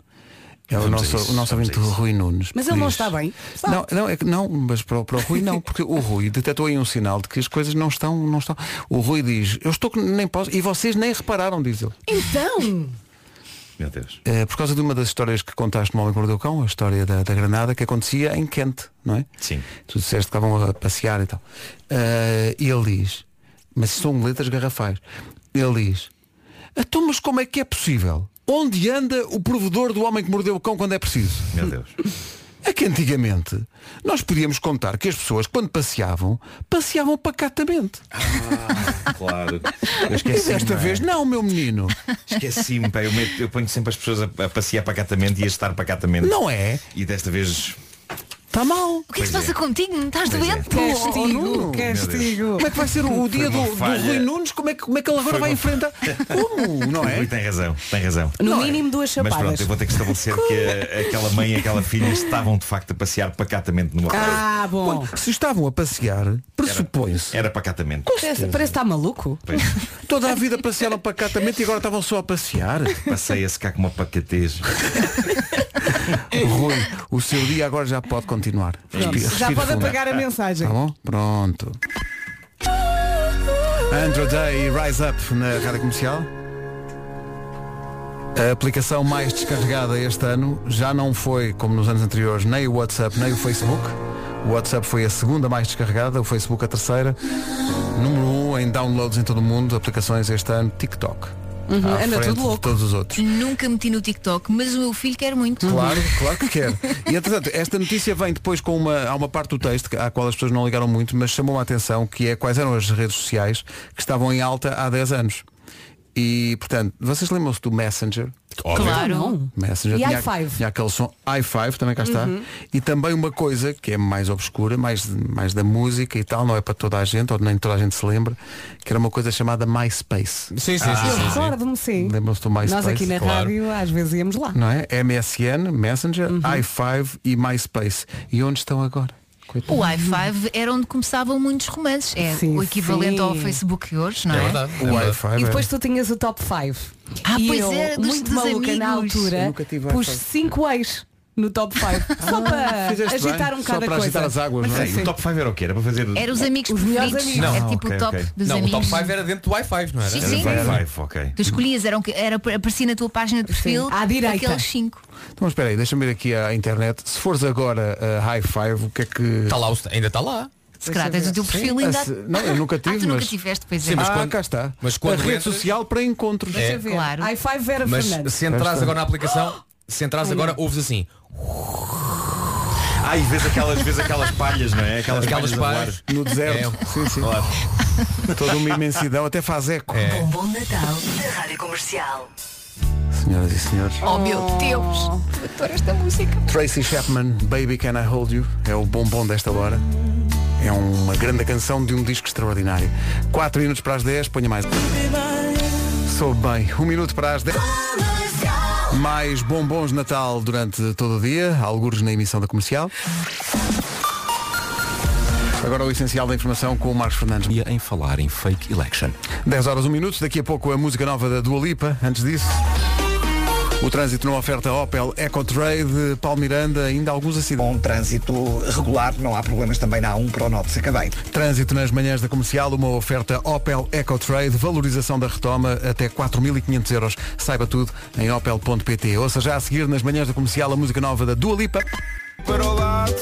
Speaker 1: É o
Speaker 16: Vamos a
Speaker 1: nosso,
Speaker 16: isso,
Speaker 1: o nosso
Speaker 16: vamos a
Speaker 1: ouvinte
Speaker 16: isso.
Speaker 1: Rui Nunes.
Speaker 5: Mas ele não
Speaker 1: diz-
Speaker 5: está bem. Está.
Speaker 1: Não, não, é que não, mas para, o- para o Rui não, porque o Rui detectou aí um sinal de que as coisas não estão, não estão. O Rui diz, eu estou que nem posso, e vocês nem repararam, diz ele.
Speaker 5: Então!
Speaker 13: Meu Deus.
Speaker 1: Eh, por causa de uma das histórias que contaste no Homem que Mordeu o Cão, a história da, da granada que acontecia em Kent, não é?
Speaker 13: Sim.
Speaker 1: Tu disseste que estavam a passear e tal. Eh, e ele diz, mas isso são letras garrafais. Ele diz, então mas como é que é possível? Onde anda o provedor do Homem que Mordeu o Cão quando é preciso?
Speaker 13: Meu Deus.
Speaker 1: É que antigamente nós podíamos contar que as pessoas quando passeavam, passeavam pacatamente.
Speaker 13: Ah, Claro.
Speaker 1: e desta vez não, meu menino.
Speaker 13: Esqueci-me, pá. Eu, meto- eu ponho sempre as pessoas a, a passear pacatamente e a estar pacatamente.
Speaker 1: Não é?
Speaker 13: E desta vez.
Speaker 1: Está mal. O
Speaker 6: que é que se
Speaker 13: Pois
Speaker 6: passa contigo? Estás
Speaker 13: Pois é.
Speaker 6: doente?
Speaker 13: Castigo,
Speaker 6: Oh, Nuno.
Speaker 1: Como é que vai ser o, o dia
Speaker 13: Foi uma
Speaker 1: do, do
Speaker 13: falha.
Speaker 1: Rui Nunes? Como é, que- como é que ele agora
Speaker 13: Foi
Speaker 1: vai
Speaker 13: uma-
Speaker 1: enfrentar? Como? Não
Speaker 13: O Rui
Speaker 1: é?
Speaker 13: tem razão, tem razão.
Speaker 5: No mínimo duas
Speaker 13: Mas
Speaker 5: chapadas.
Speaker 13: pronto, eu vou ter que estabelecer que a- aquela mãe e aquela filha estavam de facto a passear pacatamente numa praia.
Speaker 5: Ah, bom.
Speaker 1: Quando- se estavam a passear, pressupõe-se.
Speaker 13: Era pacatamente.
Speaker 5: Parece parece que está maluco.
Speaker 1: Toda a vida passearam pacatamente e agora estavam só a passear.
Speaker 13: Passei a secar com uma pacatez.
Speaker 1: Rui, o seu dia agora já pode continuar.
Speaker 5: Pronto,
Speaker 1: Respira-
Speaker 5: já
Speaker 1: respira
Speaker 5: pode
Speaker 1: fundo.
Speaker 5: apagar a mensagem.
Speaker 1: Tá bom? Pronto. Andrew Day e Rise Up na rádio comercial. A aplicação mais descarregada este ano já não foi, como nos anos anteriores, nem o WhatsApp nem o Facebook. O WhatsApp foi a segunda mais descarregada, o Facebook a terceira. Número um em downloads em todo o mundo, aplicações este ano, TikTok.
Speaker 6: Uhum,
Speaker 1: à
Speaker 6: anda
Speaker 1: frente
Speaker 6: tudo
Speaker 1: de
Speaker 6: louco.
Speaker 1: todos os outros.
Speaker 6: Nunca meti no TikTok, mas o meu filho quer muito.
Speaker 1: Claro, claro que quer. E entretanto, esta notícia vem depois com uma, há uma parte do texto que- à qual as pessoas não ligaram muito, mas chamou a atenção, que é quais eram as redes sociais que estavam em alta há 10 anos. E, portanto, vocês lembram-se do Messenger?
Speaker 6: Óbvio. Claro.
Speaker 1: Messenger
Speaker 6: E
Speaker 1: tinha,
Speaker 6: i5?
Speaker 1: tinha aquele som i5, também cá está.
Speaker 6: Uhum.
Speaker 1: E também uma coisa que é mais obscura, mais, mais da música e tal, não é para toda a gente, ou nem toda a gente se lembra, que era uma coisa chamada MySpace. Ah,
Speaker 11: Sim,
Speaker 6: Ah.
Speaker 5: Eu recordo-me, sim.
Speaker 1: Lembram-se do MySpace?
Speaker 5: Nós aqui na rádio às vezes íamos lá.
Speaker 1: não é? MSN, Messenger,
Speaker 6: Uhum.
Speaker 1: i5 e MySpace. E onde estão agora?
Speaker 6: O i5 era onde começavam muitos romances. É o equivalente
Speaker 5: sim.
Speaker 6: ao Facebook hoje, não é?
Speaker 1: O i5
Speaker 5: E depois
Speaker 1: é.
Speaker 5: tu tinhas o top 5.
Speaker 6: Ah,
Speaker 5: e
Speaker 6: pois
Speaker 5: eu,
Speaker 6: era, dos-
Speaker 5: muito
Speaker 6: dos
Speaker 5: maluca na
Speaker 6: amigos.
Speaker 5: altura,
Speaker 6: Eu nunca tive
Speaker 5: pus
Speaker 6: iPhone.
Speaker 5: 5 ex no top 5.
Speaker 6: Ah.
Speaker 5: só para agitar um bocado a coisa.
Speaker 13: não é?
Speaker 5: Sim,
Speaker 13: E O top 5 era o quê? Era para fazer.
Speaker 6: Era os amigos
Speaker 5: Os melhores
Speaker 6: preferidos.
Speaker 13: amigos.
Speaker 6: Era
Speaker 13: Não,
Speaker 6: tipo
Speaker 13: ok,
Speaker 6: o top
Speaker 13: ok.
Speaker 6: dos
Speaker 11: Não, o
Speaker 6: amigos.
Speaker 11: top 5 era dentro do Wi-Fi, não era?
Speaker 6: Sim, sim.
Speaker 13: Era Vai, vai, ok.
Speaker 6: Tu escolhias, era, um que- era aparecia na tua página de perfil
Speaker 5: à direita.
Speaker 6: aqueles cinco.
Speaker 1: Então espera aí, deixa-me ir aqui à internet. Se fores agora a High Five, o que é que. Está
Speaker 11: Tá lá, ainda está lá.
Speaker 6: Se calhar tens o teu perfil ainda.
Speaker 1: Não, eu nunca tive,
Speaker 6: Ah, tu nunca
Speaker 1: mas-
Speaker 6: tiveste, pois é.
Speaker 1: Sim, mas Ah, quando- cá está. mas quando A rede entras- social para encontros.
Speaker 11: Deixa
Speaker 5: ver. Claro. i5 Vera
Speaker 11: Mas
Speaker 5: Fernandes.
Speaker 11: se entras agora na aplicação, se entras
Speaker 5: Ai,
Speaker 11: agora,
Speaker 5: não.
Speaker 11: ouves assim.
Speaker 13: Ah, e vês aquelas, vês aquelas palhas, não é? Aquelas,
Speaker 11: Aquelas É.
Speaker 13: palhas,
Speaker 1: No deserto. Sim, sim.
Speaker 13: Claro.
Speaker 1: Toda uma imensidão, até faz eco.
Speaker 6: É.
Speaker 2: É.
Speaker 7: Bom Natal da Rádio Comercial.
Speaker 1: Senhoras e senhores.
Speaker 7: Oh meu Deus!
Speaker 5: Oh.
Speaker 6: Adoro esta música.
Speaker 1: Tracy Chapman, Baby Can I Hold You, é o bombom desta hora. É uma grande canção de um disco extraordinário. 4 minutos para as 10, ponha mais. Sou bem, um minuto para as 10. Mais bombons de Natal durante todo o dia, algures na emissão da comercial. Agora o essencial da informação com o Marcos Fernandes.
Speaker 16: Em falar em fake election.
Speaker 1: 10 horas, 1 minuto, daqui a pouco a música nova da Dua Lipa, antes disso. O trânsito numa oferta Opel EcoTrade, Paulo Miranda, ainda alguns acidentes.
Speaker 4: Bom um trânsito regular, não há problemas também na A1 para o Norte Sacabém.
Speaker 1: Trânsito nas manhãs da comercial, uma oferta Opel EcoTrade, valorização da retoma até 4.500 euros. Saiba tudo em opel.pt. Ouça já a seguir nas manhãs da comercial a música nova da Dua Lipa. Para o lado.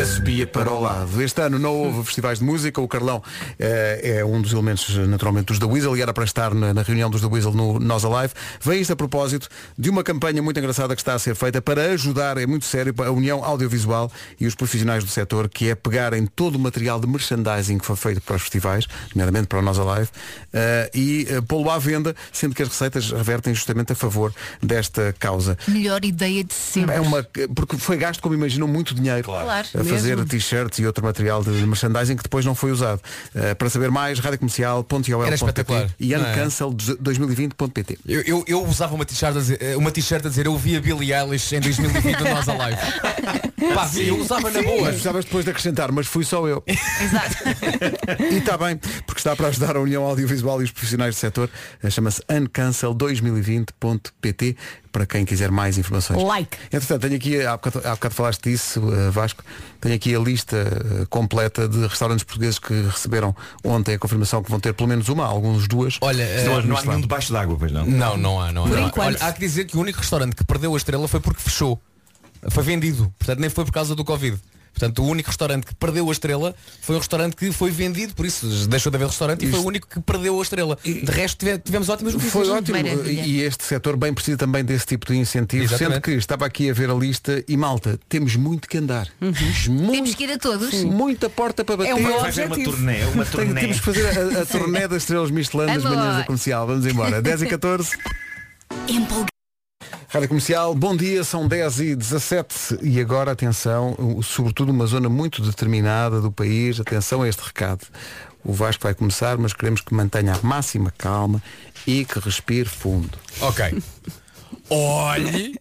Speaker 1: A subia para o lado. Este ano não houve festivais de música. O Carlão eh, é um dos elementos, eh, naturalmente, dos The Weasel e era para estar na, na reunião dos The Weasel no Nós Alive. Veio isto a propósito de uma campanha muito engraçada que está a ser feita para ajudar, é muito sério, a União Audiovisual e os profissionais do setor, que é pegarem todo o material de merchandising que foi feito para os festivais, nomeadamente para o Nós Alive, eh, e eh, pô-lo à venda, sendo que as receitas revertem justamente a favor desta causa.
Speaker 6: Melhor ideia de sempre.
Speaker 1: É uma, porque foi gasto, como imaginam, muito dinheiro
Speaker 6: Claro.
Speaker 1: a fazer
Speaker 6: Mesmo.
Speaker 1: t-shirts e outro material de merchandising que depois não foi usado. Uh, para saber mais,
Speaker 11: Era
Speaker 1: radiocomercial.ioel.pt
Speaker 11: espetacular,
Speaker 1: e
Speaker 11: não é?
Speaker 1: uncancel2020.pt
Speaker 11: Eu, eu, eu usava uma t-shirt a dizer, eh, uma t-shirt a dizer eu vi a Billie Eilish em 2020 no Nós Alive. Pá, eu usava na boa.
Speaker 1: Mas precisavas depois de acrescentar, mas fui só eu. Exato. e está bem, porque está para ajudar a União Audiovisual e os profissionais do setor. Uh, Chama-se uncancel2020.pt para quem quiser mais informações.
Speaker 5: Like.
Speaker 1: Entretanto, tenho aqui, há bocado, há bocado falaste disso, uh, Vasco, tenho aqui a lista uh, completa de restaurantes portugueses que receberam ontem a confirmação que vão ter pelo menos uma, alguns duas. Olha,
Speaker 13: eh, Não, não há nenhum debaixo d'água, pois não?
Speaker 11: Não, não há, não há. não há. Olha, há que dizer que o único restaurante que perdeu a estrela foi porque fechou. Foi vendido. Portanto, nem foi por causa do Covid. Portanto, o único restaurante que perdeu a estrela foi um restaurante que foi vendido, por isso deixou de haver restaurante e foi o único que perdeu a estrela. De resto, tive- tivemos ótimas notícias.
Speaker 1: Foi ótimo e este setor bem precisa também desse tipo de incentivo,
Speaker 11: Exatamente.
Speaker 1: sendo que estava aqui a ver a lista e malta, temos muito que andar.
Speaker 2: Uhum.
Speaker 1: Temos
Speaker 6: Temos que ir a todos.
Speaker 1: Muita porta
Speaker 2: É
Speaker 1: para
Speaker 2: um
Speaker 1: bater. Tem- Temos que fazer a, a turnê das estrelas Michelin das
Speaker 6: Vamos.
Speaker 1: manhãs da comercial. Vamos embora. 10 e 14. Rádio Comercial, bom dia, são 10 e 17 e agora atenção, o- sobretudo uma zona muito determinada do país, atenção a este recado. O Vasco vai começar, mas queremos que mantenha a máxima calma e que respire fundo.
Speaker 11: Ok. Olhe,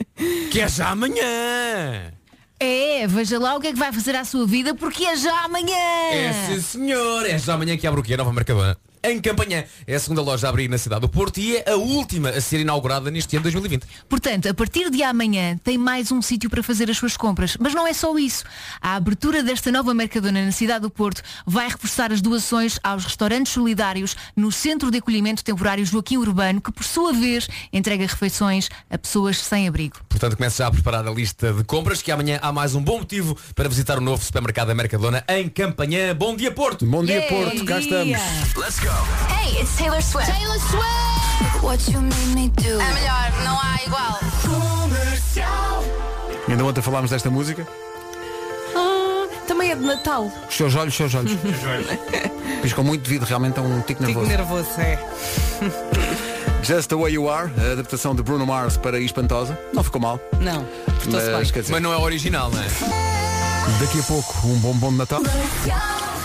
Speaker 11: que é já amanhã.
Speaker 6: É, veja lá o que é que vai fazer à sua vida, porque é já amanhã.
Speaker 11: É sim senhor, é já amanhã que abre o quê? A nova Mercadona. Em Campanhã. É a segunda loja a abrir na cidade do Porto e é a última a ser inaugurada neste ano 2020.
Speaker 6: Portanto, a partir de amanhã tem mais um sítio para fazer as suas compras. Mas não é só isso. A abertura desta nova Mercadona na cidade do Porto vai reforçar as doações aos restaurantes solidários no Centro de Acolhimento Temporário Joaquim Urbano, que por sua vez entrega refeições a pessoas sem abrigo.
Speaker 11: Portanto, comece já a preparar a lista de compras que amanhã há mais um bom motivo para visitar o novo supermercado da Mercadona em Campanhã. Bom dia Porto!
Speaker 1: Bom
Speaker 6: dia, Yay! Porto. Cá estamos.
Speaker 14: Let's go.
Speaker 2: Hey, it's Taylor Swift. Taylor Swift! What you made me do. É melhor, não há igual. Comercial.
Speaker 1: Ainda ontem falámos desta música.
Speaker 5: Ah, também é de Natal.
Speaker 1: Os seus olhos, os seus olhos. Piscam muito devido realmente a um tico
Speaker 5: Fico
Speaker 1: nervoso.
Speaker 5: nervoso, é.
Speaker 1: Just the Way You Are, a adaptação de Bruno Mars para Espantosa. Não ficou mal.
Speaker 5: Não.
Speaker 11: Portou-se bem.
Speaker 1: quer dizer,
Speaker 11: Mas não é original, não é?
Speaker 1: Daqui a pouco, um bombom de Natal.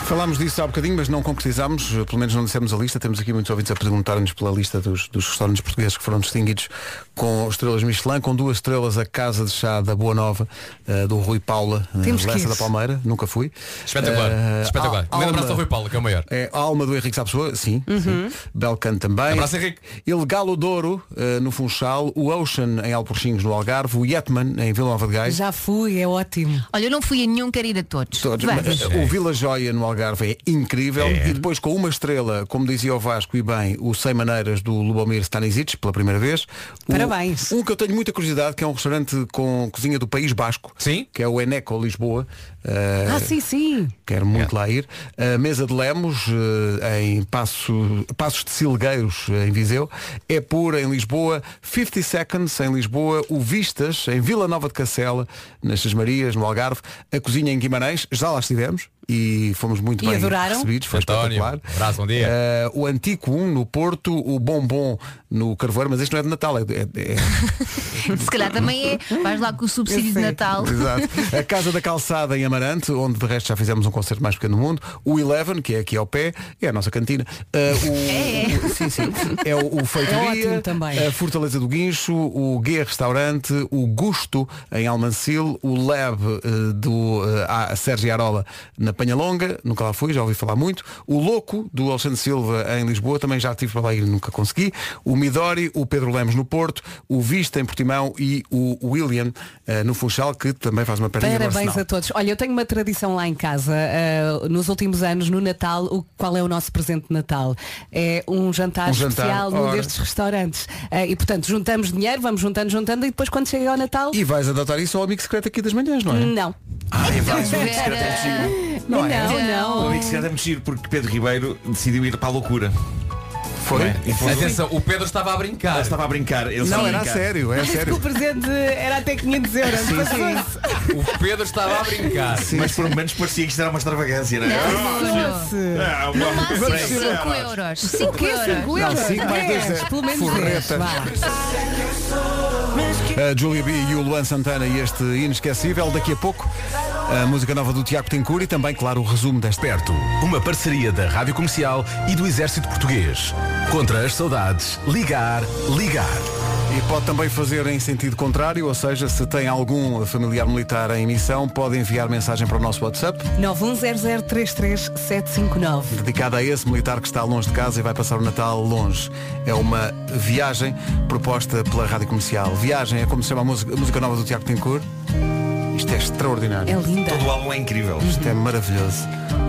Speaker 1: Falámos disso há bocadinho, mas não concretizámos, pelo menos não dissemos a lista. Temos aqui muitos ouvintes a perguntar-nos pela lista dos, dos restaurantes portugueses que foram distinguidos com estrelas Michelin, com duas estrelas a Casa de Chá da Boa Nova, eh, do Rui Paula, eh,
Speaker 11: Temos que
Speaker 1: Lessa
Speaker 11: ir.
Speaker 1: da Palmeira, nunca fui.
Speaker 11: Espetacular,
Speaker 1: Eh,
Speaker 11: espetacular.
Speaker 1: Al-
Speaker 11: Um grande
Speaker 1: Alma-
Speaker 11: abraço ao Rui Paulo, que é o maior.
Speaker 1: É a alma do Henrique Sapessoa, sim.
Speaker 11: Uhum.
Speaker 1: sim. Belcanto também.
Speaker 11: Abraço, Henrique.
Speaker 1: Ilegal o Douro, eh, no Funchal, o Ocean em Alporchinhos, no Algarve, o Yetman em Vila Nova de Gaia.
Speaker 5: Já fui, é ótimo.
Speaker 6: Olha, eu não fui a nenhum querido a todos.
Speaker 1: Todos,
Speaker 6: Vamos.
Speaker 1: mas, eh, O Vila Joia no Algarve é incrível e depois com uma estrela, como dizia o Vasco e bem, o Sem Maneiras do Lubomir Stanisic pela primeira vez. O-
Speaker 5: Parabéns.
Speaker 1: Um que eu tenho muita curiosidade, que é um restaurante com cozinha do País Basco, Sim. que é o Eneco Lisboa. Eh,
Speaker 5: Ah, sim, sim.
Speaker 1: Quero
Speaker 11: É.
Speaker 1: muito lá ir. A mesa de Lemos, eh, em Passo, Passos de Silgueiros, eh, em Viseu. É pura em Lisboa. 50 Seconds, em Lisboa. O Vistas, em Vila Nova de Cacela, nas Sesmarias, Marias, no Algarve. A Cozinha em Guimarães, já lá estivemos e fomos muito
Speaker 5: E
Speaker 1: bem
Speaker 5: adoraram?
Speaker 1: recebidos. Foi
Speaker 11: António, um
Speaker 1: espetacular.
Speaker 11: abraço, bom dia.
Speaker 1: Eh, o Antico 1 no Porto, o Bombom no Carvoeiro, mas este não é de Natal, é, é- é-
Speaker 6: Se calhar também é. Vais lá com o subsídio de Natal.
Speaker 1: Exato. A Casa da Calçada em Amarante, onde de resto já fizemos um concerto mais pequeno do mundo. O Eleven, que é aqui ao pé, é a nossa cantina. Ah, o,
Speaker 6: É.
Speaker 1: o- sim, sim. É o, o
Speaker 5: É
Speaker 1: Feitoria,
Speaker 5: ótimo também.
Speaker 1: a Fortaleza do Guincho, o Guia Restaurante, o Gusto em Almancil, o Lab eh, do eh, a- Sérgio Arola na Penhalonga, nunca lá fui, já ouvi falar muito. O Louco, do Alexandre Silva em Lisboa, também já tive para lá ir, nunca consegui. O Midori, o Pedro Lemos no Porto, o Vista em Portimão e o William eh, no Funchal, que também faz uma perninha no
Speaker 5: Parabéns
Speaker 1: Arsenal.
Speaker 5: a todos. Olha, eu tenho uma tradição lá em casa. ah, nos últimos anos, no Natal, o, qual é o nosso presente de Natal? É um jantar
Speaker 1: Um jantar,
Speaker 5: especial num
Speaker 1: ora.
Speaker 5: destes restaurantes. Ah, e portanto, juntamos dinheiro, vamos juntando, juntando e depois quando chega ao Natal.
Speaker 1: E vais adotar isso ao amigo secreto aqui das manhãs, não é?
Speaker 5: Não.
Speaker 1: Ai,
Speaker 13: vai,
Speaker 5: Vera.
Speaker 13: amigo secreto é muito giro.
Speaker 5: Não é? Não, não.
Speaker 13: O amigo secreto é muito giro porque Pedro Ribeiro decidiu ir para a loucura. é? Foi?
Speaker 11: Atenção, o Pedro estava a brincar.
Speaker 13: Ele estava a brincar. Ele estava
Speaker 11: Não,
Speaker 13: a
Speaker 11: era a
Speaker 13: brincar.
Speaker 11: sério,
Speaker 5: Parece que o presente era até 500 euros.
Speaker 13: Sim,
Speaker 5: Mas
Speaker 13: sim.
Speaker 5: fosse.
Speaker 11: O Pedro estava a brincar.
Speaker 13: Mas por menos parecia que isto era uma extravagância, não é?
Speaker 6: Não,
Speaker 13: não.
Speaker 2: É,
Speaker 13: Ah, uma-
Speaker 6: No máximo
Speaker 13: Vamos
Speaker 6: 5
Speaker 13: ser-
Speaker 6: euros.
Speaker 5: O
Speaker 6: 5
Speaker 5: quê? Cinco euros?
Speaker 1: Não, cinco mais dois,
Speaker 5: Dez,
Speaker 1: dez.
Speaker 5: Pelo menos dez,
Speaker 1: Forreta.
Speaker 5: vá.
Speaker 1: A Julia B e o Luan Santana e este inesquecível daqui a pouco. A música nova do Tiago Tencour e também, claro, o resumo deste
Speaker 14: Perto, uma parceria da Rádio Comercial e do Exército Português. Contra as saudades, ligar, ligar.
Speaker 1: E pode também fazer em sentido contrário, ou seja, se tem algum familiar militar em missão, pode enviar mensagem para o nosso WhatsApp,
Speaker 5: 910033759.
Speaker 1: dedicada a esse militar que está longe de casa e vai passar o Natal longe. É uma viagem proposta pela Rádio Comercial. Viagem é como se chama a música, a música nova do Tiago Tencour. Isto é extraordinário.
Speaker 5: É linda.
Speaker 13: Todo o álbum é incrível.
Speaker 1: Isto é maravilhoso.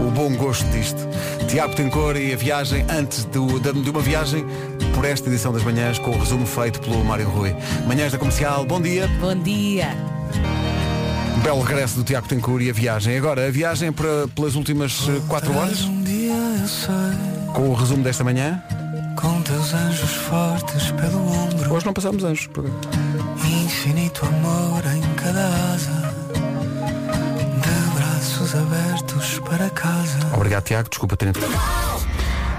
Speaker 1: O bom gosto disto. Tiago Tencour e a viagem antes do- da- de uma viagem por esta edição das manhãs com o resumo feito pelo Mário Rui. Manhãs da Comercial, bom dia.
Speaker 5: Bom dia.
Speaker 1: Belo regresso do Tiago Tencour e a viagem. Agora, a viagem para, pelas últimas eh, quatro horas,
Speaker 17: Um dia eu sei,
Speaker 1: com o resumo desta manhã.
Speaker 17: com teus anjos fortes pelo ombro.
Speaker 1: Hoje não passámos anjos.
Speaker 17: Infinito amor em cada asa, de braços abertos para casa.
Speaker 1: Obrigado, Tiago. Desculpa ter entrado.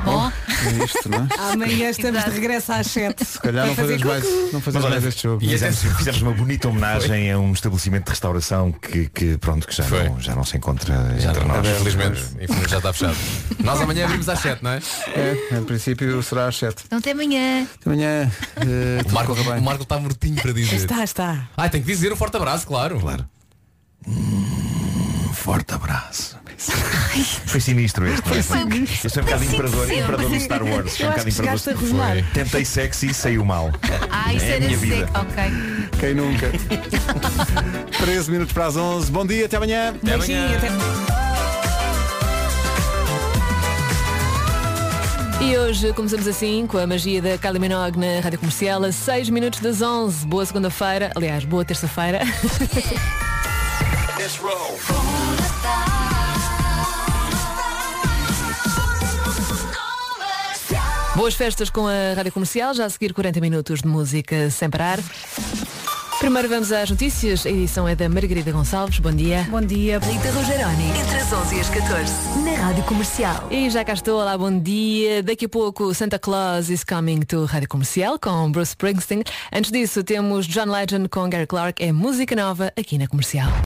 Speaker 6: Oh.
Speaker 1: É isto, não é?
Speaker 5: Amanhã estamos de regresso às 7. Se
Speaker 1: calhar não fazemos mais- não fazemos mais este jogo.
Speaker 13: E
Speaker 1: Mas
Speaker 13: fizemos,
Speaker 1: é-
Speaker 13: fizemos uma bonita homenagem a um estabelecimento de restauração que, que, pronto, que já não, já não se encontra entre nós.
Speaker 11: Infelizmente, infelizmente já está fechado. Nós amanhã abrimos às 7, não é?
Speaker 1: É, em princípio será às 7.
Speaker 6: Então até amanhã.
Speaker 1: Até amanhã. eh, tudo
Speaker 11: O Marco,
Speaker 1: corra bem.
Speaker 11: o Marco está mortinho para dizer.
Speaker 5: Está, está.
Speaker 11: Ah, tem que dizer um forte abraço, claro.
Speaker 13: Claro. Um forte abraço. Foi sinistro este. não é?
Speaker 2: Foi
Speaker 13: Foi-
Speaker 2: sinistro.
Speaker 13: Este foi um bocado
Speaker 2: Foi
Speaker 13: imperador,
Speaker 2: sinistro.
Speaker 13: imperador do Star Wars. Foi
Speaker 2: Eu acho
Speaker 13: um bocado
Speaker 2: que
Speaker 13: imperador.
Speaker 2: chegaste a arrumar.
Speaker 13: Foi. Tentei sexy e saiu mal.
Speaker 6: Ah, isso
Speaker 13: é a
Speaker 6: era
Speaker 13: minha vida.
Speaker 6: seco. Ok.
Speaker 1: Quem nunca? 13 minutos para as 11. Bom dia, até amanhã.
Speaker 5: Beijinho, até.
Speaker 18: E hoje começamos assim com a magia da Kylie Minogue na Rádio Comercial a 6 minutos das 11. Boa segunda-feira, aliás, boa terça-feira. Boas festas com a Rádio Comercial, já a seguir 40 minutos de música sem parar. Primeiro vamos às notícias, a edição é da Margarida Gonçalves, bom dia.
Speaker 19: Bom dia.
Speaker 18: Rita Rogeroni.
Speaker 7: Entre as 11 e as 14, na Rádio Comercial.
Speaker 18: E já cá estou, olá, bom dia. Daqui a pouco Santa Claus is Coming to Rádio Comercial com Bruce Springsteen. Antes disso temos John Legend com Gary Clark, é música nova aqui na Comercial.